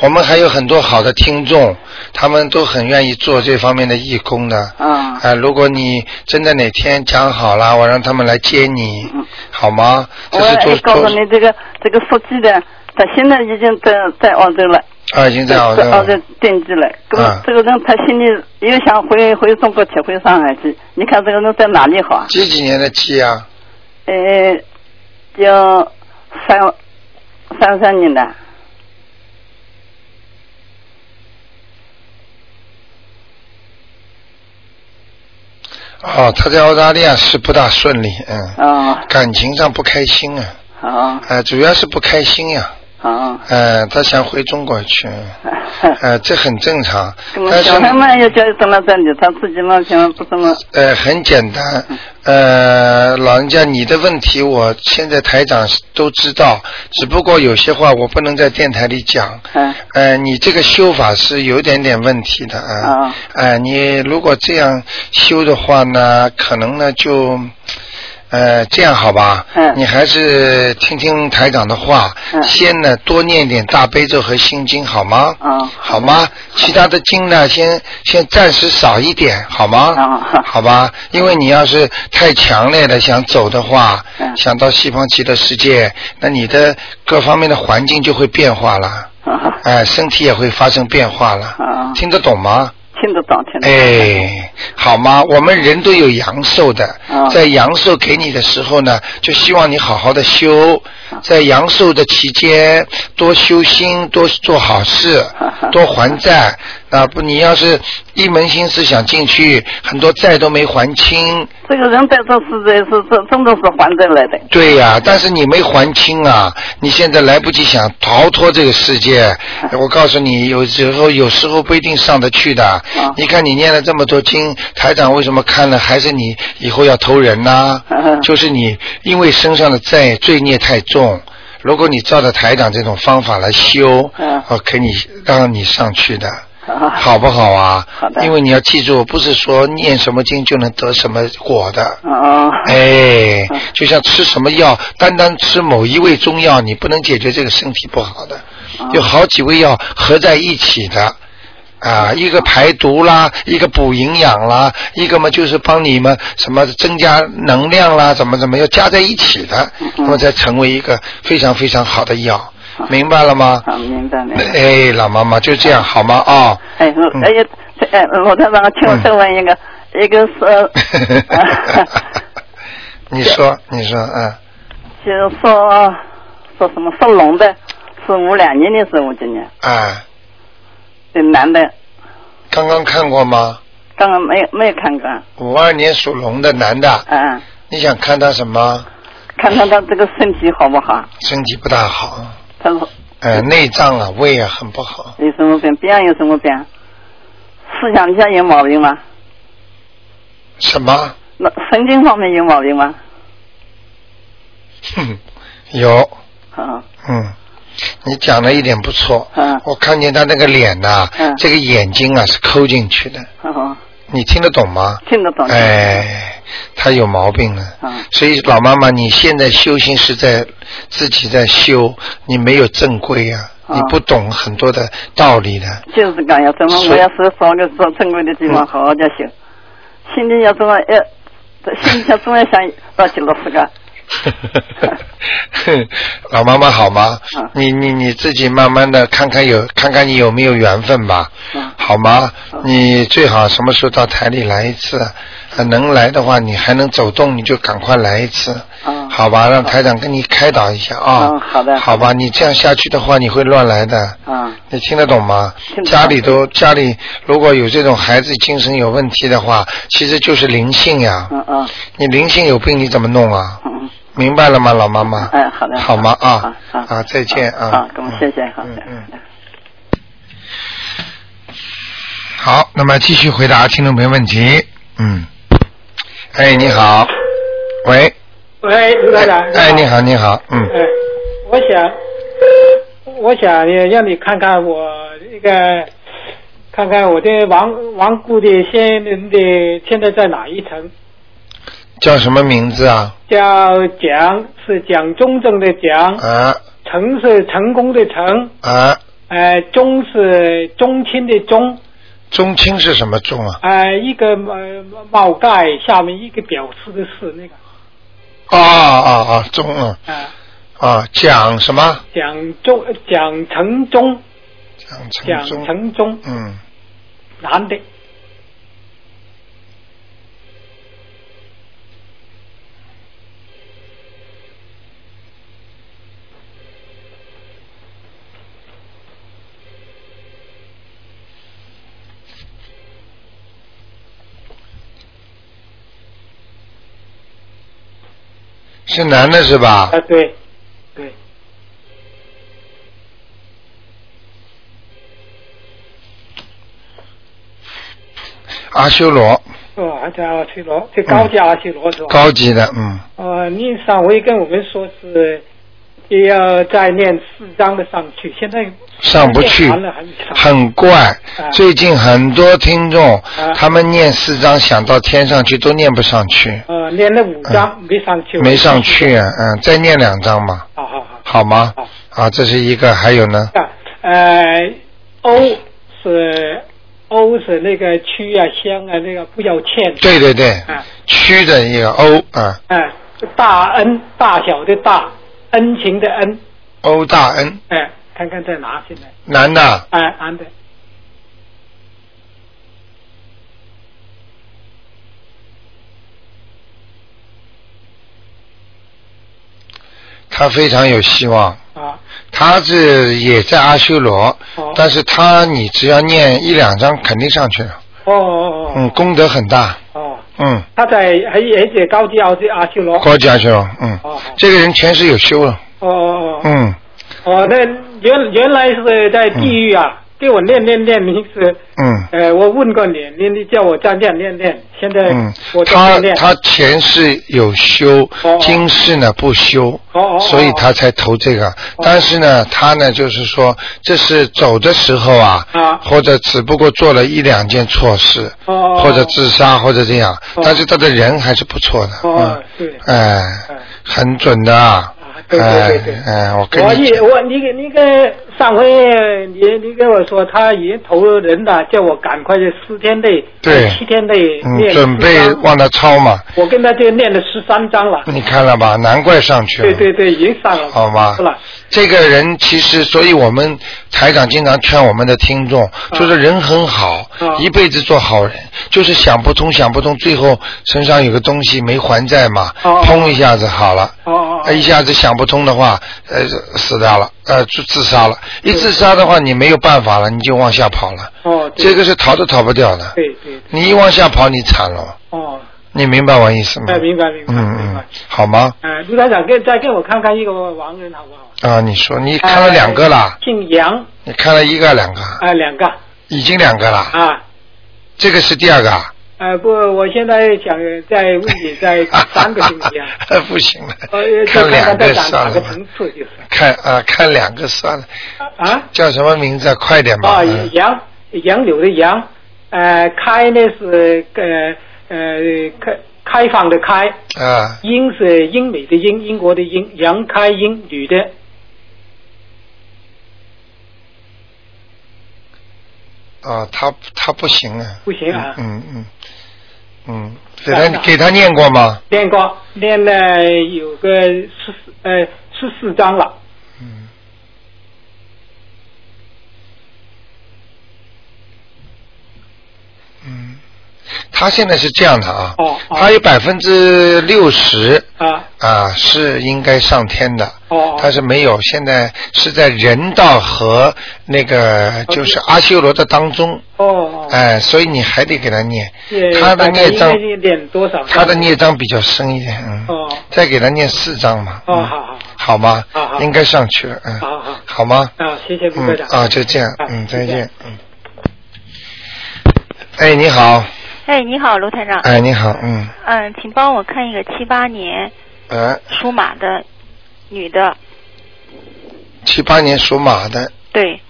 A: 我们还有很多好的听众，他们都很愿意做这方面的义工的。
D: 啊
A: 哎，如果你真的哪天讲好了，我让他们来接你
D: 嗯，
A: 好吗？
D: 我
A: 这是
D: 也
A: 做
D: 告诉
A: 做
D: 你，这个这个书记的，他现在已经在在澳洲了，
A: 啊，已经在
D: 在
A: 澳洲
D: 澳
A: 了。
D: 洲定居了。那么
A: 嗯
D: 这个人他心里又想回回中国去，回上海去。你看这个人在哪里好啊？
A: 几几年的鸡啊？
D: 呃，叫三三三年的，
A: 哦，他在澳大利亚是不大顺利，嗯，
D: 哦，
A: 感情上不开心啊，
D: 好，
A: 呃，主要是不开心呀、
D: 好。
A: 呃，他想回中国去，呃，这很正常，但是
D: 小孩嘛，也就是怎么着的，他自己嘛，平常不怎么，
A: 呃，很简单，呃，老人家，你的问题我现在台长都知道，只不过有些话我不能在电台里讲。
D: 嗯，
A: 呃，你这个修法是有点点问题的啊
D: 啊。
A: 呃，你如果这样修的话呢，可能呢就。呃，这样好吧？
D: 嗯
A: 你还是听听台长的话，
D: 嗯
A: 先呢多念一点大悲咒和心经好吗？
D: 啊
A: 好吗？其他的经呢，先先暂时少一点，好吗？
D: 啊
A: 好 吧，因为你要是太强烈的想走的话，
D: 嗯
A: 想到西方极乐世界，那你的各方面的环境就会变化了，
D: 啊，
A: 哎、身体也会发生变化了，
D: 啊
A: 听得懂吗？
D: 听得懂，听得懂。
A: 哎，好吗？我们人都有阳寿的，
D: 啊
A: 在阳寿给你的时候呢，就希望你好好的修，
D: 啊
A: 在阳寿的期间多修心，多做好事，多还债。啊，不，你要是一门心思想进去，很多债都没还清。
D: 这个人在这是这是这真的是还债来的，
A: 对呀、
D: 嗯
A: 但是你没还清啊！你现在来不及想逃脱这个世界，
D: 嗯
A: 我告诉你，有时候有时候不一定上得去的。
D: 嗯
A: 你看你念了这么多经，台长为什么看了还是你以后要投人呐？
D: 嗯
A: 就是你因为身上的债罪孽太重。如果你照着台长这种方法来修，
D: 嗯
A: 哦，给你让你上去的，
D: 啊，
A: 好不好啊？
D: 好的
A: 因为你要记住，不是说念什么经就能得什么果的。
D: 啊，
A: 哎
D: 嗯，
A: 就像吃什么药，单单吃某一味中药，你不能解决这个身体不好的，
D: 啊嗯
A: 有好几味药合在一起的。啊，一个排毒啦，一个补营养啦，一个嘛就是帮你们什么增加能量啦，怎么怎么要加在一起的，那么才成为一个非常非常好的药，明白了吗？
D: 好，啊明白明白。
A: 哎，老妈妈就这样好吗？啊、
D: 哎，我哎呀，这哎，罗台长，请我再问一
A: 嗯
D: 个，一 个是，
A: 你说，你说，嗯。
D: 就是说说什么属龙的，是五两年的时候，我今年
A: 啊，
D: 这男的，
A: 刚刚看过吗？
D: 刚刚没有没有看过，
A: 五二年属龙的男的，
D: 嗯，
A: 你想看他什么？
D: 看看他这个身体好不好，
A: 身体不大好，
D: 他说
A: 呃，
D: 嗯
A: 内脏啊、胃啊很不好，
D: 有什么病，别人有什么病，思想上有毛病吗？
A: 什么？
D: 那神经方面有毛病吗？
A: 哼，有，
D: 啊，
A: 嗯，你讲的一点不错。
D: 嗯
A: 我看见他那个脸呐、
D: 嗯
A: 这个眼睛啊是抠进去的，
D: 哦，
A: 你听得懂吗？
D: 听得懂。
A: 哎，他有毛病了。
D: 嗯
A: 所以老妈妈，你现在修行是在自己在修，你没有正规啊，
D: 嗯
A: 你不懂很多的道理的。
D: 就是讲呀，怎么
A: 是
D: 我要是找个找正规的地
A: 嗯
D: 方好好的修，心里要怎么要，这心里要怎么想到极乐世界？
A: 老妈妈好吗
D: 嗯？
A: 你你你自己慢慢的看看有看看你有没有缘分吧
D: 嗯，
A: 好吗
D: 嗯？
A: 你最好什么时候到台里来一次？呃能来的话，你还能走动，你就赶快来一次，
D: 嗯
A: 好吧？让台长跟你开导一下啊
D: 嗯。好的
A: 好吧，你这样下去的话，你会乱来的。
D: 啊，
A: 你听得懂吗
D: 听？得懂
A: 家里都家里如果有这种孩子精神有问题的话，其实就是灵性呀。
D: 嗯嗯
A: 你灵性有病，你怎么弄啊？
D: 嗯，
A: 明白了吗，老妈妈？
D: 哎，好的，
A: 好吗？啊
D: 好，好
A: 啊，再见啊！
D: 好，那么谢谢，好
A: 嗯
D: 的，
A: 嗯。嗯好，那么继续回答听众朋友问题。嗯。哎，你好。喂。
E: 喂，卢台长。
A: 哎，你好，你好。
E: 好。
A: 嗯。
E: 哎，我想，我想也让你看看我这个，看看我的亡亡故的先人的现在在哪一层？
A: 叫什么名字啊？
E: 叫蒋，是蒋中正的蒋，
A: 啊
E: 成是成功的成，
A: 啊，
E: 呃，中是中亲的中，
A: 中青是什么中啊？
E: 呃，一个呃帽盖下面一个表示的是那个，
A: 啊啊啊，中啊
E: 啊、
A: 啊，蒋什么？
E: 蒋中呃蒋成中，
A: 蒋
E: 蒋
A: 成中。
E: 成中，
A: 嗯，
E: 男的。
A: 是男的是吧？
E: 啊，对，对，
A: 阿修罗，
E: 哦，还在阿修罗，这高级阿修罗是吧？
A: 高级的，嗯，
E: 呃，念上回跟我们说是也要再念四章的上去，现在
A: 上不去
E: 念完了还没上，
A: 很怪。
E: 啊
A: 最近很多听众
E: 啊，
A: 他们念四章想到天上去都念不上去，
E: 呃，念了五章没上去，
A: 嗯没上去，嗯，再念两章嘛，
E: 好好好，
A: 好吗
E: 好？
A: 啊，这是一个，还有呢，
E: 啊，呃，O 是 O 是那个区啊、乡啊，那个不要欠，
A: 对对对，
E: 啊，
A: 区的一个欧啊，
E: 哎、大恩大小的大，恩情的恩，
A: 欧大恩，
E: 哎、看看在哪现在，
A: 男的，
E: 哎、安的，
A: 他非常有希望，
E: 啊，
A: 他是也在阿修罗，
E: 哦，
A: 但是他你只要念一两章，肯定上去了，
E: 哦哦哦，
A: 嗯，功德很大，
E: 哦，
A: 嗯，
E: 他在还而且高级奥是阿修罗，哦
A: 高级阿修罗，嗯，
E: 哦
A: 这个人前世有修了，
E: 哦哦哦，
A: 嗯
E: 哦，那原原来是在地狱啊，给我念念念，你是。
A: 嗯
E: 呃，我问过你，你你叫我再练练练，现在
A: 嗯
E: 我，在
A: 他
E: 练练。
A: 他前世有修
E: 哦，
A: 今世呢不修，
E: 哦哦哦哦
A: 所以他才投这个。但是呢，他呢就是说，这是走的时候啊，
E: 啊
A: 或者只不过做了一两件错事，
E: 哦哦
A: 或者自杀或者这样，
E: 哦
A: 但是他的人还是不错的，
E: 哦
A: 嗯，
E: 对，
A: 哎
E: 嗯，
A: 很准的啊，
E: 对对对对
A: 哎哎，我跟
E: 我
A: 你
E: 也我你给你个上回你你跟我说他已经投了人了，叫我赶快在十天内、
A: 对
E: 七天内
A: 嗯
E: 练
A: 准备
E: 13
A: 往他抄嘛，
E: 我跟他就练了十三章了。
A: 你看了吧？难怪上去了。
E: 对对对，已经上了，
A: 好吗
E: 是吧？
A: 这个人其实，所以我们台长经常劝我们的听众，就是人很好，
E: 啊
A: 一辈子做好人，就是想不通，想不通，最后身上有个东西没还债嘛，
E: 哦
A: 砰一下子好了，哎
E: 哦哦
A: 一下子想不通的话，呃，死掉了，呃，就自杀了。一自杀的话，你没有办法了，你就往下跑了，
E: 哦，对
A: 这个是逃都逃不掉的。
E: 对对，
A: 你一往下跑，你惨了，
E: 哦，
A: 你明白我意思吗？
E: 哎，明白明白
A: 嗯
E: 明
A: 嗯
E: 白。，
A: 好吗？
E: 呃，卢台长，给再给我看看一个亡人好不好？
A: 啊，你说你看了两个了
E: 呃，姓杨，
A: 你看了一个两个。
E: 啊，两个
A: 已经两个了，
E: 啊。
A: 这个是第二个啊。
E: 呃，不，我现在想再问你再三个 星期啊，
A: 不行了
E: 呃，，就
A: 看
E: 看
A: 两
E: 看再
A: 个
E: 长哪
A: 算
E: 个
A: 了
E: 层
A: 吧，
E: 次就是
A: 看啊，看两个算了。
E: 啊
A: 叫什么名字啊？快点吧
E: 啊，。
A: 嗯
E: 杨杨柳的杨，呃，开呢是呃呃开开放的开，
A: 啊，
E: 英是英美的英，英国的英，杨开英女的，
A: 啊，他他不行啊。
E: 不行啊
A: 嗯嗯嗯，嗯给
E: 算
A: 他
E: 了
A: 给他念过吗？
E: 练过练了有个十四呃十四章了，
A: 嗯。嗯，他现在是这样的啊，
E: 哦哦
A: 他有百分之六十
E: 啊
A: 啊是应该上天的，
E: 哦
A: 但是没有，现在是在人道和那个就是阿修罗的当中，
E: 哦哦，
A: 哎、所以你还得给他念
E: 也，
A: 他的
E: 大概
A: 孽
E: 应
A: 障
E: 该，是练多少？
A: 他的孽障比较深一点，嗯，
E: 哦
A: 再给他念四章嘛，
E: 哦，
A: 嗯
E: 好好
A: 好吗？
E: 好好
A: 应该上去了，嗯，
E: 好好
A: 好吗？
E: 啊，谢谢卢
A: 嗯
E: 科长。
A: 啊，就这样，
E: 啊
A: 嗯，
E: 再
A: 再
E: 见
A: 见，嗯。哎，你好，
F: 哎，你好，卢台长。
A: 哎，你好，嗯，
F: 嗯，请帮我看一个七八年
A: 呃，
F: 属马的女的，
A: 七八年属马的，
F: 对，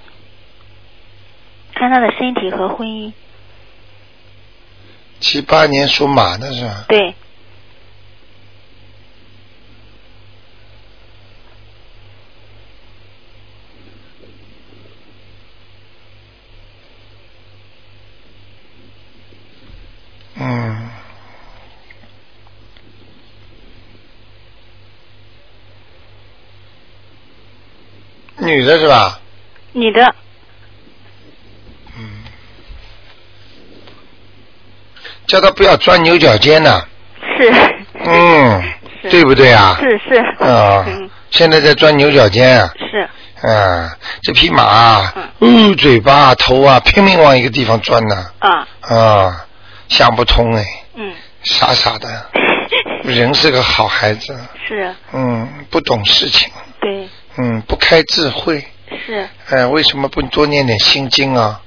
F: 看她的身体和婚姻。
A: 七八年属马的是吧？
F: 对，
A: 嗯，女的是吧？
F: 女的，
A: 嗯，叫她不要钻牛角尖呐、
F: 是。
A: 嗯，
F: 是
A: 对不对啊？
F: 是是。
A: 啊
F: 嗯，
A: 现在在钻牛角尖啊，
F: 是
A: 啊，这匹马啊，
F: 嗯
A: 哦，嘴巴啊、头啊，拼命往一个地方钻呐、
F: 啊，
A: 啊，想不通哎，
F: 嗯，
A: 傻傻的。人是个好孩子，
F: 是，
A: 嗯，不懂事情，
F: 对，
A: 嗯，不开智慧，
F: 是，
A: 哎，为什么不多念点心经啊？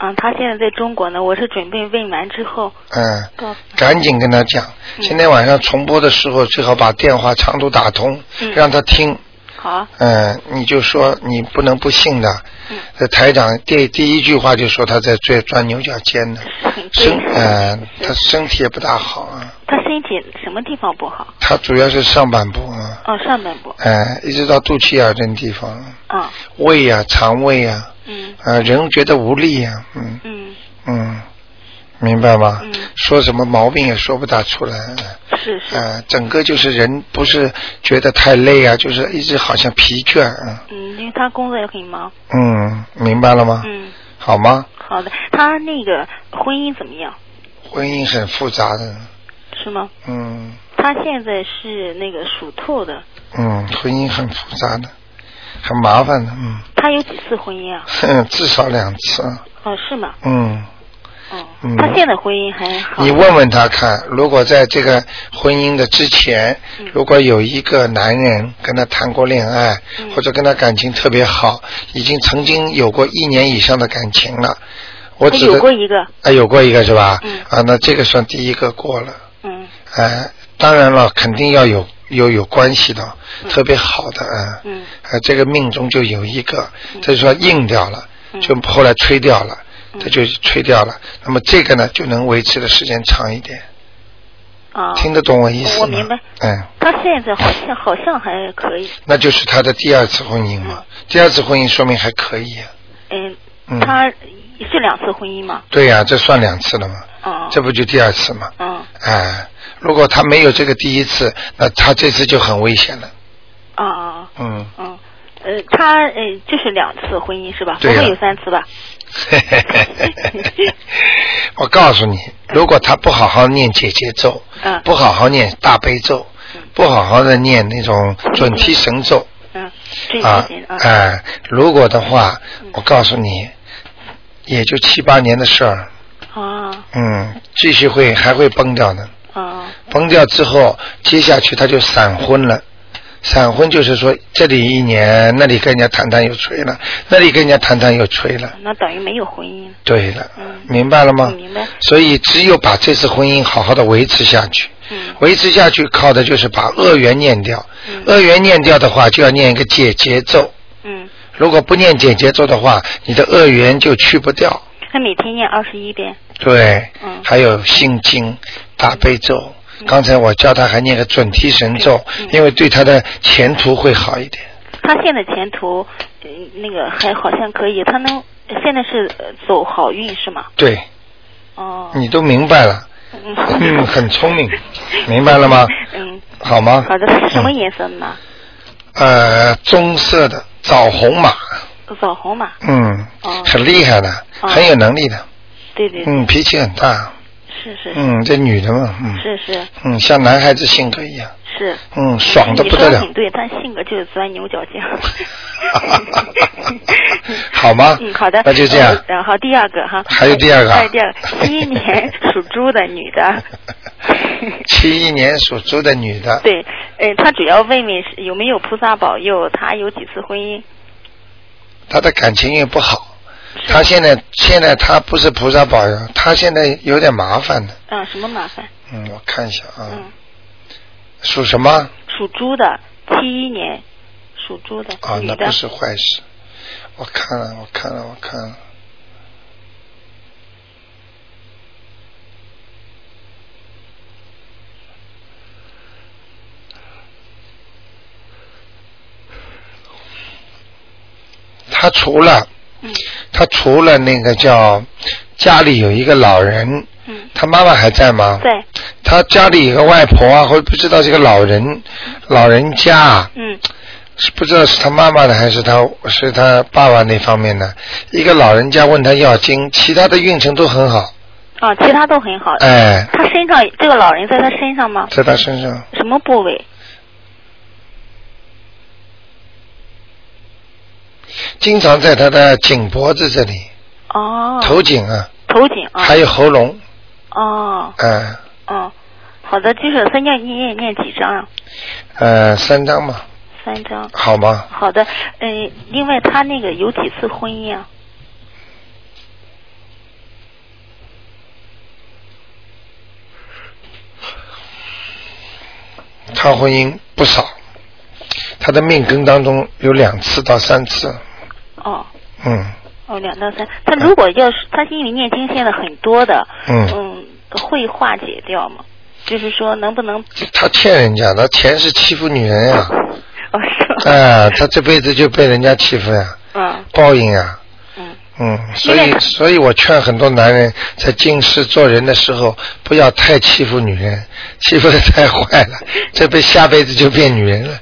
F: 嗯，他现在在中国呢，我是准备问完之后
A: 嗯，
F: 告诉他。
A: 赶紧跟他讲，
F: 嗯
A: 今天晚上重播的时候最好把电话长途打通，
F: 嗯
A: 让他听。
F: 好，
A: 嗯，你就说你不能不信的
F: 嗯。
A: 这台长第第一句话就说他在钻钻牛角尖呢，
F: 对
A: 身呃他身体也不大好啊，
F: 他身体什么地方不好？
A: 他主要是上半部啊，
F: 哦，上半部。
A: 哎、一直到肚脐眼儿这地方，
F: 啊，
A: 胃呀、肠胃呀、
F: 嗯
A: 啊，人觉得无力呀、嗯
F: 嗯，
A: 嗯，明白吗？
F: 嗯
A: 说什么毛病也说不大出来。
F: 是是，
A: 呃，整个就是人不是觉得太累啊，就是一直好像疲倦啊。
F: 嗯，因为他工作也很忙。
A: 嗯，明白了吗？
F: 嗯，
A: 好吗？
F: 好的。他那个婚姻怎么样？
A: 婚姻很复杂的，
F: 是吗？
A: 嗯
F: 他现在是那个属兔的，
A: 嗯，婚姻很复杂的，很麻烦的，嗯，
F: 他有几次婚姻啊？
A: 哼 至少两次，
F: 哦，是吗？
A: 嗯。
F: 哦，
A: 嗯
F: 他现在婚姻还好。
A: 你问问他看，如果在这个婚姻的之前
F: 嗯，
A: 如果有一个男人跟他谈过恋爱，
F: 嗯
A: 或者跟他感情特别好，已经曾经有过一年以上的感情了，我
F: 他
A: 指的
F: 有过一个，
A: 啊，有过一个是吧？
F: 嗯
A: 啊，那这个算第一个过了。
F: 嗯
A: 哎，当然了，肯定要有有有关系的，特别好的啊。
F: 嗯
A: 啊，这个命中就有一个，
F: 嗯
A: 这就说硬掉了，
F: 嗯
A: 就后来吹掉了，
F: 嗯
A: 这就吹掉了。那么这个呢，就能维持的时间长一点。
F: 啊，
A: 听得懂我意思吗？
F: 我明白。
A: 嗯，
F: 他现在好像好像还可以，
A: 那就是他的第二次婚姻嘛。第二次婚姻说明还可以、啊。
F: 嗯，
A: 嗯。
F: 他是两次婚姻嘛？
A: 对呀、这算两次了嘛？
F: 嗯，
A: 这不就第二次嘛？
F: 嗯
A: 哎，如果他没有这个第一次，那他这次就很危险了。
F: 啊啊
A: 嗯，
F: 嗯，呃，他呃就是两次婚姻是吧？不
A: 对呀
F: 会有三次吧？
A: 我告诉你，如果他不好好念姐姐咒，
F: 嗯
A: 不好好念大悲咒，不好好的念那种准提神咒
F: 嗯，这
A: 啊
F: 个行，啊，
A: 哎，如果的话，
F: 嗯
A: 我告诉你，也就七八年的事儿，
F: 啊
A: 嗯，继续会还会崩掉的。
F: 啊
A: 崩掉之后，接下去他就闪婚了。闪婚就是说，这里一年，那里跟人家谈谈又吹了，那里跟人家谈谈又吹了。
F: 那等于没有婚姻。
A: 对了，
F: 嗯
A: 明白了吗？
F: 嗯明白
A: 所以只有把这次婚姻好好的维持下去，
F: 嗯
A: 维持下去靠的就是把恶缘念掉。
F: 嗯
A: 恶缘念掉的话，就要念一个解结咒。
F: 嗯，
A: 如果不念解结咒的话，你的恶缘就去不掉。
F: 他每天念二十一遍。
A: 对，
F: 嗯
A: 还有心经、大悲咒。
F: 嗯
A: 刚才我教他还念个准提神咒，
F: 嗯
A: 因为对他的前途会好一点。
F: 他现在前途，呃那个还好像可以，他能现在是呃走好运是吗？
A: 对，
F: 哦，
A: 你都明白了，
F: 嗯，
A: 嗯，很聪明，明白了吗？
F: 嗯，
A: 好吗？
F: 好的，什么
A: 嗯
F: 颜色呢？
A: 呃，棕色的枣红马，
F: 枣红嘛，
A: 嗯，
F: 哦
A: 很厉害的，
F: 哦
A: 很有能力的，
F: 对对，
A: 嗯，脾气很大，
F: 是是
A: 嗯，这女的嘛，嗯，
F: 是是
A: 嗯，像男孩子性格一样，
F: 是，
A: 嗯，爽的不得
F: 你说
A: 了。
F: 挺，对，他性格就是钻牛角尖
A: 好吗
F: 嗯，好的。
A: 那就这样
F: 呃然后第二个哈。哎
A: 还有第二个啊。
F: 还有第二个，七一年属猪的女的
A: 七一年属猪的女的，
F: 对，呃，他主要问问是有没有菩萨保佑，他有几次婚姻？
A: 她的感情也不好，
F: 是
A: 她现在现在她不是菩萨保佑，她现在有点麻烦的，
F: 嗯，什么麻烦？
A: 嗯，我看一下啊，
F: 嗯，
A: 属什么？
F: 属猪的，七一年属猪的
A: 啊，
F: 女
A: 那
F: 的
A: 不。是坏事。我看了，我看了，我看了。他除了，
F: 嗯
A: 他除了那个叫家里有一个老人，
F: 嗯，
A: 他妈妈还在吗？
F: 在。
A: 他家里有个外婆啊，或者不知道这个老人，老人家啊
F: 嗯
A: 是不知道是他妈妈的还是他是他爸爸那方面的。一个老人家问他要经，其他的运程都很好，
F: 啊，其他都很好。
A: 哎，
F: 他身上这个老人在他身上吗？
A: 在他身上
F: 什么部位？
A: 经常在他的颈脖子这里、
F: 哦，
A: 头颈啊，
F: 头颈啊，
A: 还有喉咙，
F: 哦
A: 哎，
F: 哦，好的，就是三念念念几张啊？
A: 呃，三张嘛，
F: 三张。
A: 好吗？
F: 好的，嗯、另外他那个有几次婚姻啊？
A: 他婚姻不少，他的命根当中有两次到三次，
F: 哦
A: 嗯
F: 哦，两到三。他如果要是他因为念经现在很多的，
A: 嗯，
F: 嗯，会化解掉吗？就是说能不能？
A: 他欠人家，他前世欺负女人呀、
F: 哦，是吧。
A: 哎、他这辈子就被人家欺负呀、
F: 嗯
A: 报应呀、
F: 嗯
A: 嗯，所
F: 因为
A: 以
F: 他
A: 所以我劝很多男人在今世做人的时候，不要太欺负女人， 欺负的太坏了， 这辈下辈子就变女人了，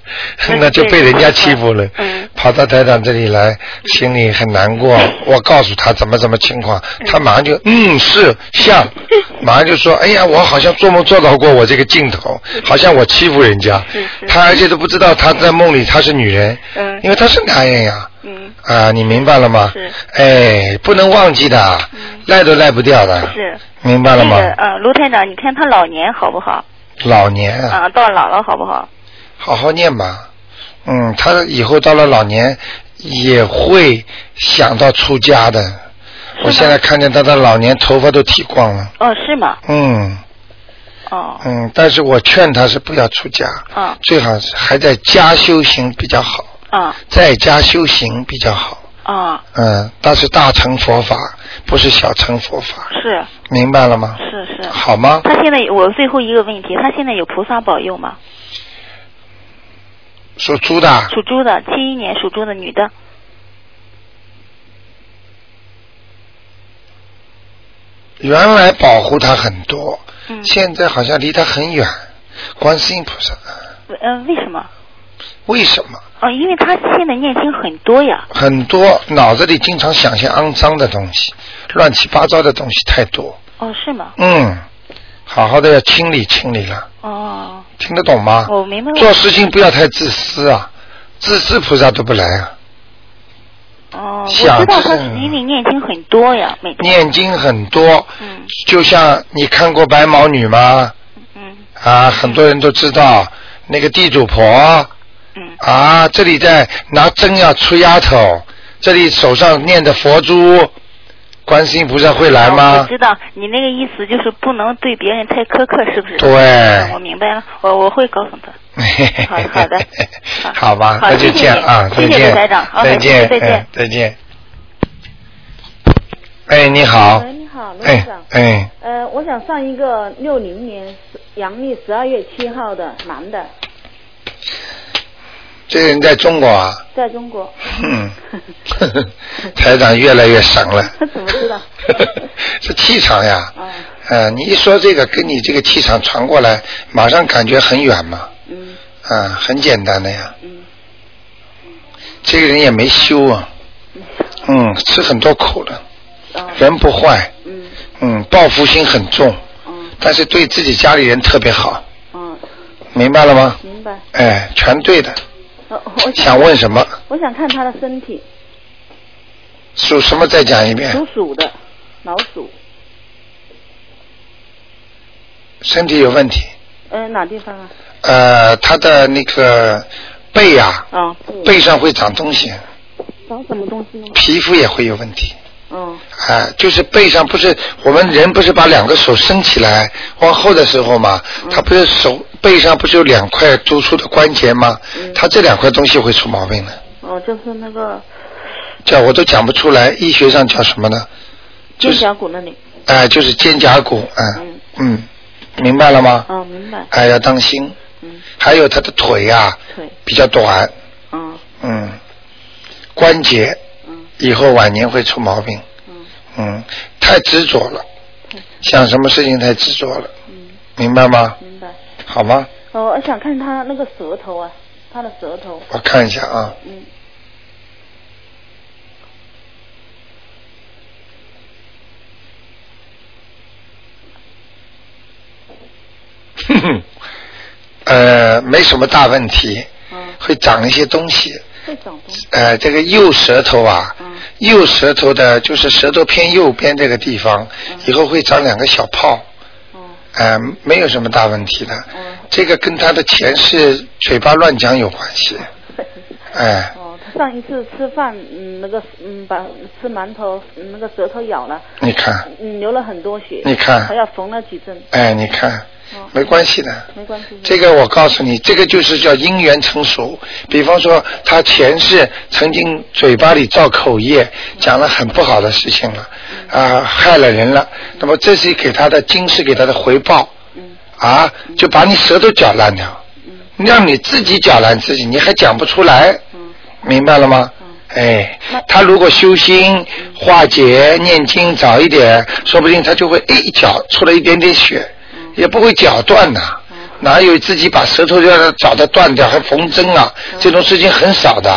F: 那就
A: 那就被人家欺负了，
F: 嗯
A: 跑到台长这里来，心里很难过。 我告诉他怎么怎么情况，他马上就嗯是 像，马上就说哎呀，我好像做梦做到过我这个镜头，好像我欺负人家
F: 是，嗯是
A: 他而且都不知道他在梦里他是女人，
F: 嗯
A: 因为他是男人呀。
F: 嗯，
A: 啊，你明白了吗？
F: 是。嗯
A: 哎，不能忘记的，赖都赖不掉的。。
F: 是。
A: 明白
F: 那
A: 了吗？
F: 个呃，卢台长，你看他老年好不好？
A: 老年啊，
F: 啊，到老了好不好？
A: 好好念吧。嗯，他以后到了老年也会想到出家的。我现在看见他的老年头发都剃光了。
F: 哦，是吗？
A: 嗯
F: 哦，
A: 嗯，但是我劝他是不要出家，
F: 啊
A: 最好是还在家修行比较好，
F: 啊
A: 在家修行比较好。
F: 啊，
A: 嗯，但是大乘佛法不是小乘佛法，
F: 是
A: 明白了吗？
F: 是是。
A: 好吗？
F: 他现在我最后一个问题，他现在有菩萨保佑吗？
A: 属猪的，
F: 属猪的，七一年属猪的女的，
A: 原来保护他很多，
F: 嗯
A: 现在好像离他很远。观世音菩萨，
F: 嗯、呃为什么？
A: 为什么？
F: 哦，因为他现在念经很多呀。
A: 很多脑子里经常想些肮脏的东西，乱七八糟的东西太多。
F: 哦，是吗？
A: 嗯，好好的要清理清理了，
F: 哦，
A: 听得懂吗？
F: 我明白
A: 啊做
F: 了。
A: 事情不要太自私啊，自私菩萨都不来啊。
F: 哦，我
A: 想
F: 知道他
A: 嗯
F: 因为念经很多呀，每天。
A: 念经很多，
F: 嗯
A: 就像你看过白毛女吗？
F: 嗯
A: 啊，很多人都知道那个地主婆，
F: 嗯
A: 啊，这里在拿针要出丫头，这里手上念着佛珠，观世音菩萨会来
F: 哦我
A: 吗？
F: 知道你那个意思就是不能对别人太苛刻，是不是？
A: 对
F: 嗯我明白了，我我会告诉他。好的好的好
A: 好吧，
F: 好
A: 那就
F: 谢谢
A: 这样啊，
F: 你谢
A: 再
F: 谢卢
A: 见
F: 台长好
A: 再见，
F: 再见
A: 嗯再见。哎，你好，
G: 喂，你好，罗
A: 哎
G: 院长。
A: 哎，
G: 呃，我想上一个六零年阳历十二月七号的男的，
A: 这个人在中国啊，
G: 在中国。
A: 嗯， 台长越来越神了。
G: 怎么知道
A: 这气场呀，
G: 哦，
A: 呃，你一说这个，跟你这个气场传过来，马上感觉很远嘛。
G: 嗯
A: 啊，很简单的呀。
G: 嗯
A: 这个人也没修啊，
G: 嗯
A: 嗯，吃很多苦了，
G: 哦
A: 人不坏，
G: 嗯
A: 嗯，报复心很重，
G: 嗯
A: 但是对自己家里人特别好，
G: 嗯，
A: 明白了吗？
G: 明白。
A: 哎，全对的。
G: 呃，我
A: 想问什么？
G: 我想看他的身体，
A: 属什么？再讲一遍
G: 属。鼠的，老鼠，
A: 身体有问题。
G: 呃，哪地方啊？
A: 呃，他的那个背呀、
G: 哦，
A: 背上会长东西，
G: 长什么东西呢？
A: 皮肤也会有问题。
G: 哦
A: 啊，就是背上不是我们人不是把两个手伸起来往后的时候嘛，
G: 嗯
A: 他不是手背上不是有两块突出的关节吗？
G: 嗯
A: 他这两块东西会出毛病的，
G: 哦，就是那个
A: 叫我都讲不出来，医学上叫什么呢？就
G: 肩
A: 是
G: 胛骨那里。
A: 哎、就是肩胛骨，啊，
G: 嗯
A: 嗯，明白了吗？
G: 哦，明白。
A: 哎、要当心。
G: 嗯，
A: 还有他的腿呀、
G: 腿。
A: 比较短，
G: 嗯
A: 嗯，关节
G: 嗯
A: 以后晚年会出毛病，
G: 嗯
A: 嗯，太执着了，想什么事情太执着了。
G: 嗯，
A: 明白吗？
G: 明白。
A: 好吗？
G: 哦，我想看他那个舌头啊，他的舌头，
A: 我看一下啊，
G: 嗯，
A: 哼哼，呃，没什么大问题，
G: 啊，
A: 会长一些东西。
G: 会长东西，
A: 呃，这个右舌头啊，
G: 嗯
A: 右舌头的就是舌头偏右边这个地方，以后会长两个小泡，
G: 哦，
A: 呃，没有什么大问题的。这个跟他的前世嘴巴乱讲有关系。哎，
G: 哦，他上一次吃饭，嗯，那个，嗯，把吃馒头，嗯那个舌头咬了，
A: 你看，
G: 嗯，流了很多血。
A: 你看
G: 还要缝了几针。
A: 哎，你看，
G: 哦，
A: 没关系的。
G: 没关系。
A: 这个我告诉你，这个就是叫因缘成熟。比方说，他前世曾经嘴巴里造口业，讲了很不好的事情了，
G: 嗯
A: 啊、害了人了。那么这是给他的今世给他的回报，
G: 嗯
A: 啊，就把你舌头搅烂掉，让你自己搅烂自己，你还讲不出来，明白了吗？哎，他如果修心、化解、念经早一点，说不定他就会哎一搅出了一点点血，也不会搅断呐、哪有自己把舌头要找它断掉还缝针啊？这种事情很少的，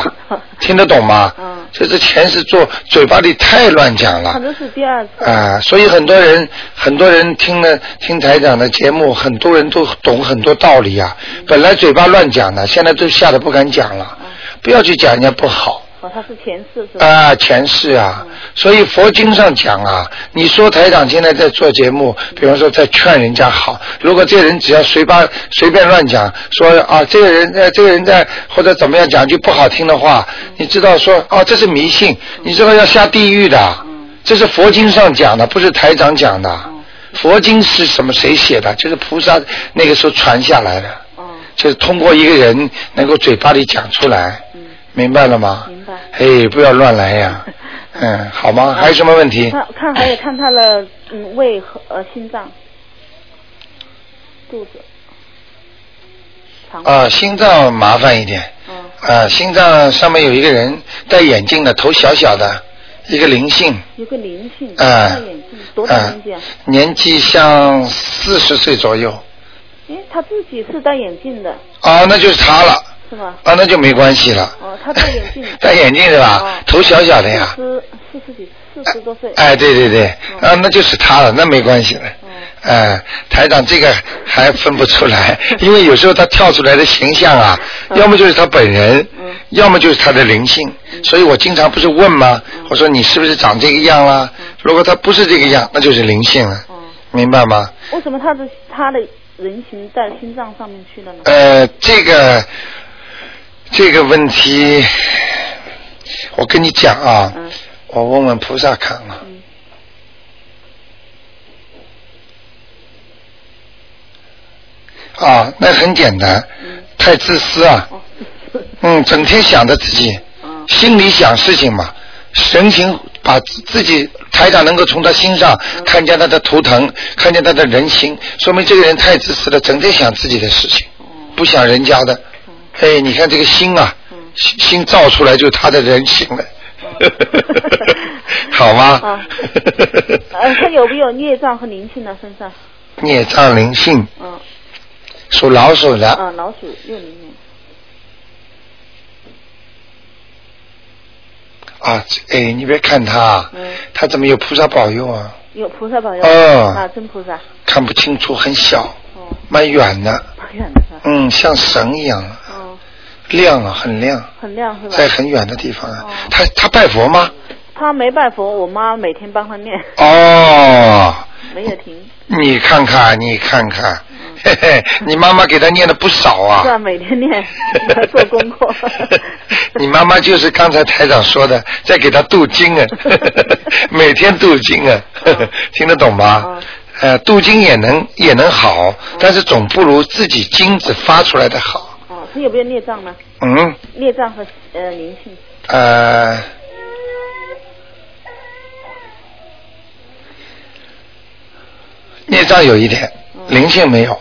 A: 听得懂吗？这是前世做嘴巴里太乱讲了
G: 他这是第二次。
A: 啊、所以很多人很多人听了听台长的节目，很多人都懂很多道理啊。本来嘴巴乱讲的，现在都吓得不敢讲了，不要去讲人家不好。
G: 哦，他是前世是吧？嗯
A: 啊，前世啊，所以佛经上讲啊，你说台长现在在做节目，比方说在劝人家好，如果这人只要随吧随便乱讲，说啊这个人呃这个人在或者怎么样讲句不好听的话，
G: 嗯
A: 你知道说哦这是迷信，你这个要下地狱的，
G: 嗯
A: 这是佛经上讲的，不是台长讲的。佛经是什么？谁写的？就是菩萨那个时候传下来的，
G: 嗯
A: 就是通过一个人能够嘴巴里讲出来，明白了吗？
G: 嗯明白。
A: 哎，不要乱来 呀。嗯，好吗？还有什么问题？
G: 看看还得看他的嗯胃和呃心脏、肚子、肠哦
A: 啊，心脏麻烦一点。啊，心脏上面有一个人戴眼镜的，头小小的，一个灵性，
G: 有个灵性，
A: 哎
G: 嗯戴眼镜，多大年纪啊？
A: 年纪像四十岁左右。
G: 诶，他自己是戴眼镜的，
A: 哦，那就是他了。
G: 是吧？
A: 啊，那就没关系了。，
G: 哦，他戴眼镜
A: 戴眼镜是吧
G: 哦
A: 头小小的呀
G: 四十四十几，四十多岁。
A: 哎，对对对，啊，那就是他了，那没关系了。哎，台长这个还分不出来，因为有时候他跳出来的形象啊，要么就是他本人，要么就是他的灵性，所以我经常不是问吗？我说你是不是长这个样啦？如果他不是这个样，那就是灵性了，明白吗？
G: 为什么他的他的人形在心脏上面去了呢？
A: 呃，这个这个问题，我跟你讲啊，我问问菩萨看啊。啊，那很简单，太自私啊，嗯，整天想着自己，
G: 嗯
A: 心里想事情嘛，神情把自自己台长能够从他心上
G: 嗯
A: 看见他的图腾，看见他的人形，说明这个人太自私了，整天想自己的事情，
G: 嗯
A: 不想人家的。哎，你看这个心啊，
G: 嗯
A: 心心造出来就是他的人形了， 好吗？
G: 啊， 呃，他有没有孽障和灵性呢？身上？
A: 孽障灵性
G: 嗯，
A: 属老鼠的，
G: 啊，老鼠六零年，
A: 啊，这哎，你别看他啊，
G: 嗯
A: 他怎么有菩萨保佑啊？
G: 有菩萨保佑
A: 哦
G: 啊，真菩萨，
A: 看不清楚，很小，蛮远的，
G: 很远的是吧？
A: 嗯，像神一样啊，
G: 哦，
A: 亮啊，很亮，
G: 很亮是吧？哦
A: 在很远的地方啊。他他拜佛吗？
G: 他没拜佛，我妈每天帮 他念，
A: 哦，
G: 没有停，
A: 你看看，你看看，嘿嘿，你妈妈给他念了不少
G: 嗯是
A: 啊。
G: 吧？每 天念，给他做功课，
A: 你妈妈就是刚才台长说的，在给他镀金 啊，每天镀金啊， 听得懂
G: 哦
A: 吗？呃，镀金也能也能
G: 嗯
A: 好，但是总不如自己金子发出来的好。
G: 哦，他有没有孽障呢？
A: 嗯，
G: 孽障和呃灵性，
A: 呃，孽障有一点，灵性没有，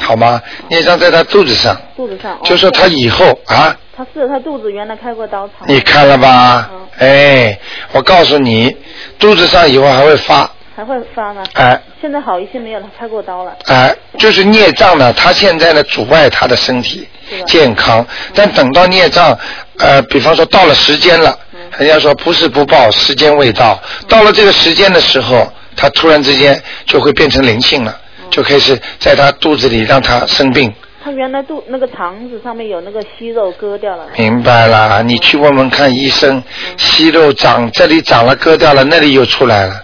A: 好吗？孽障在他肚子上，
G: 肚子上，哦
A: 就说他以后啊，
G: 他是他肚子原来开过刀嗯肠，
A: 你看了吧？哎，我告诉你，肚子上以后还会发，
G: 还会发吗？
A: 哎
G: 现在好一些没有了，开过刀了，
A: 哎，就是孽障呢，他现在呢阻碍他的身体健康，但等到孽障，呃，比方说到了时间了，人家说不是不报，时间未到，到了这个时间的时候，他突然之间就会变成灵性了，就开始在他肚子里让他生病。
G: 他原来肚那个肠子上面有那个息肉割掉了，
A: 明白了，你去问问看医生，息肉长这里长了割掉了，那里又出来了，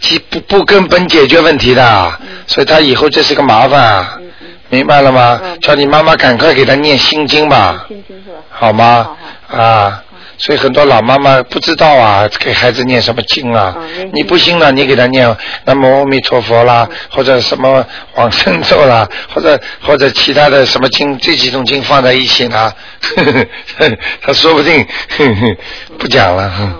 A: 其不不根本解决问题的，所以他以后这是个麻烦啊，明白了吗？叫你妈妈赶快给他念心经吧，
G: 心经是吧？
A: 好吗？啊，所以很多老妈妈不知道啊，给孩子念什么经嗯啊，你不信呢，你给他念南无阿弥陀佛啦，或者什么往生咒啦，或者或者其他的什么经，这几种经放在一起呢， 呵呵呵他说不定 呵呵不讲了，哼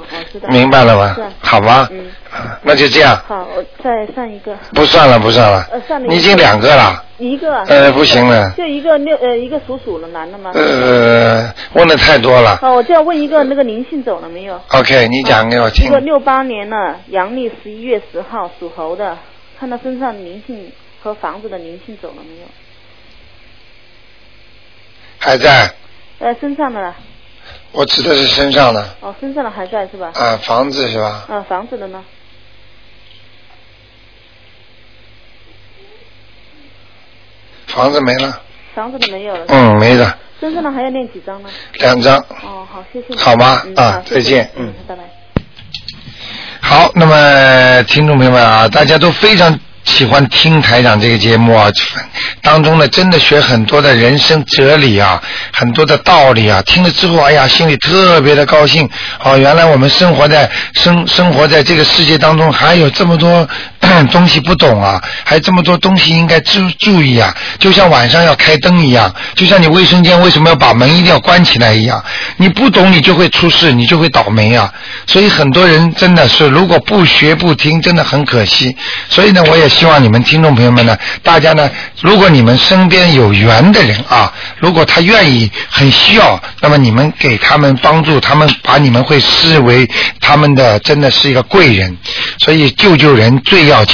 A: 明白了吗
G: 是啊？
A: 好吗？
G: 嗯，
A: 啊那就这样，
G: 好，我再上一个。
A: 不算了，不算了
G: 呃，上了一，个
A: 你已经两个了，
G: 一个啊。
A: 呃不行了
G: 就一个六呃一个属鼠的男的吗？
A: 呃，问的太多了。
G: 哦，我就要问一个那个灵性走了没有？
A: OK，你讲给我
G: 一
A: 听
G: 个。六八年呢，阳历十一月十号属猴的，看他身上灵性和房子的灵性走了没有？
A: 还在，
G: 呃，身上的啦
A: 我指的是身上的
G: 哦，身上的还在是吧？
A: 啊，房子是吧？
G: 呃，房子的呢？
A: 房子没了，
G: 房子的没有了。
A: 嗯，没了，
G: 身上的还要念几张呢？
A: 两张。
G: 哦，好，谢谢你。
A: 好吗
G: 嗯、
A: 啊
G: 好
A: 再
G: 谢谢
A: 见
G: 嗯
A: 嗯，
G: 拜拜。
A: 好，那么听众朋友们啊，大家都非常喜欢听台长这个节目啊，当中呢真的学很多的人生哲理啊，很多的道理啊，听了之后，哎呀，心里特别的高兴。哦，原来我们生活在生生活在这个世界当中，还有这么多 东西不懂啊，还有这么多东西应该注注意啊，就像晚上要开灯一样，就像你卫生间为什么要把门一定要关起来一样，你不懂你就会出事，你就会倒霉啊。所以很多人真的是如果不学不听，真的很可惜。所以呢，我也希望你们听众朋友们呢，大家呢，如果你们身边有缘的人啊，如果他愿意很需要，那么你们给他们帮助，他们把你们会视为他们的真的是一个贵人，所以救救人最要紧。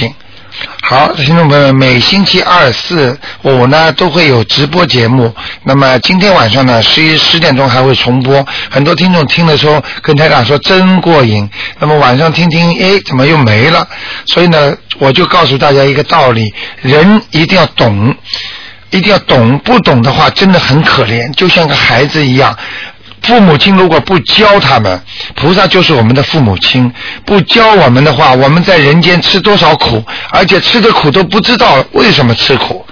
A: 好，听众朋友们，每星期二、四、五呢都会有直播节目。那么今天晚上呢，十一十点钟还会重播。很多听众听的时候跟台长说真过瘾，那么晚上听听，哎，怎么又没了？所以呢，我就告诉大家一个道理：人一定要懂，一定要懂，不懂的话真的很可怜，就像个孩子一样。父母亲如果不教他们，菩萨就是我们的父母亲。不教我们的话，我们在人间吃多少苦，而且吃的苦都不知道为什么吃苦。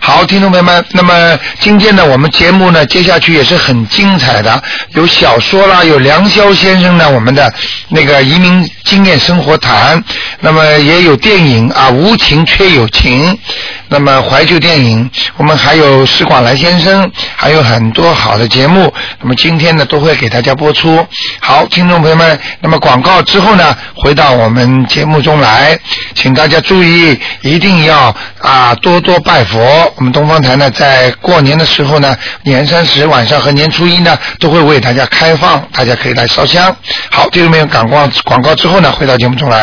A: 好，听众朋友们，那么今天呢，我们节目呢，接下去也是很精彩的，有小说啦，有梁霄先生呢，我们的那个移民经验生活谈，那么也有电影啊，《无情却有情》，那么怀旧电影，我们还有施广来先生，还有很多好的节目，那么今天呢都会给大家播出。好，听众朋友们，那么广告之后呢，回到我们节目中来，请大家注意，一定要啊多多拜佛。我们东方台呢，在过年的时候呢，年三十晚上和年初一呢，都会为大家开放，大家可以来烧香。好，听众朋友们，广告广告之后呢，回到节目中来。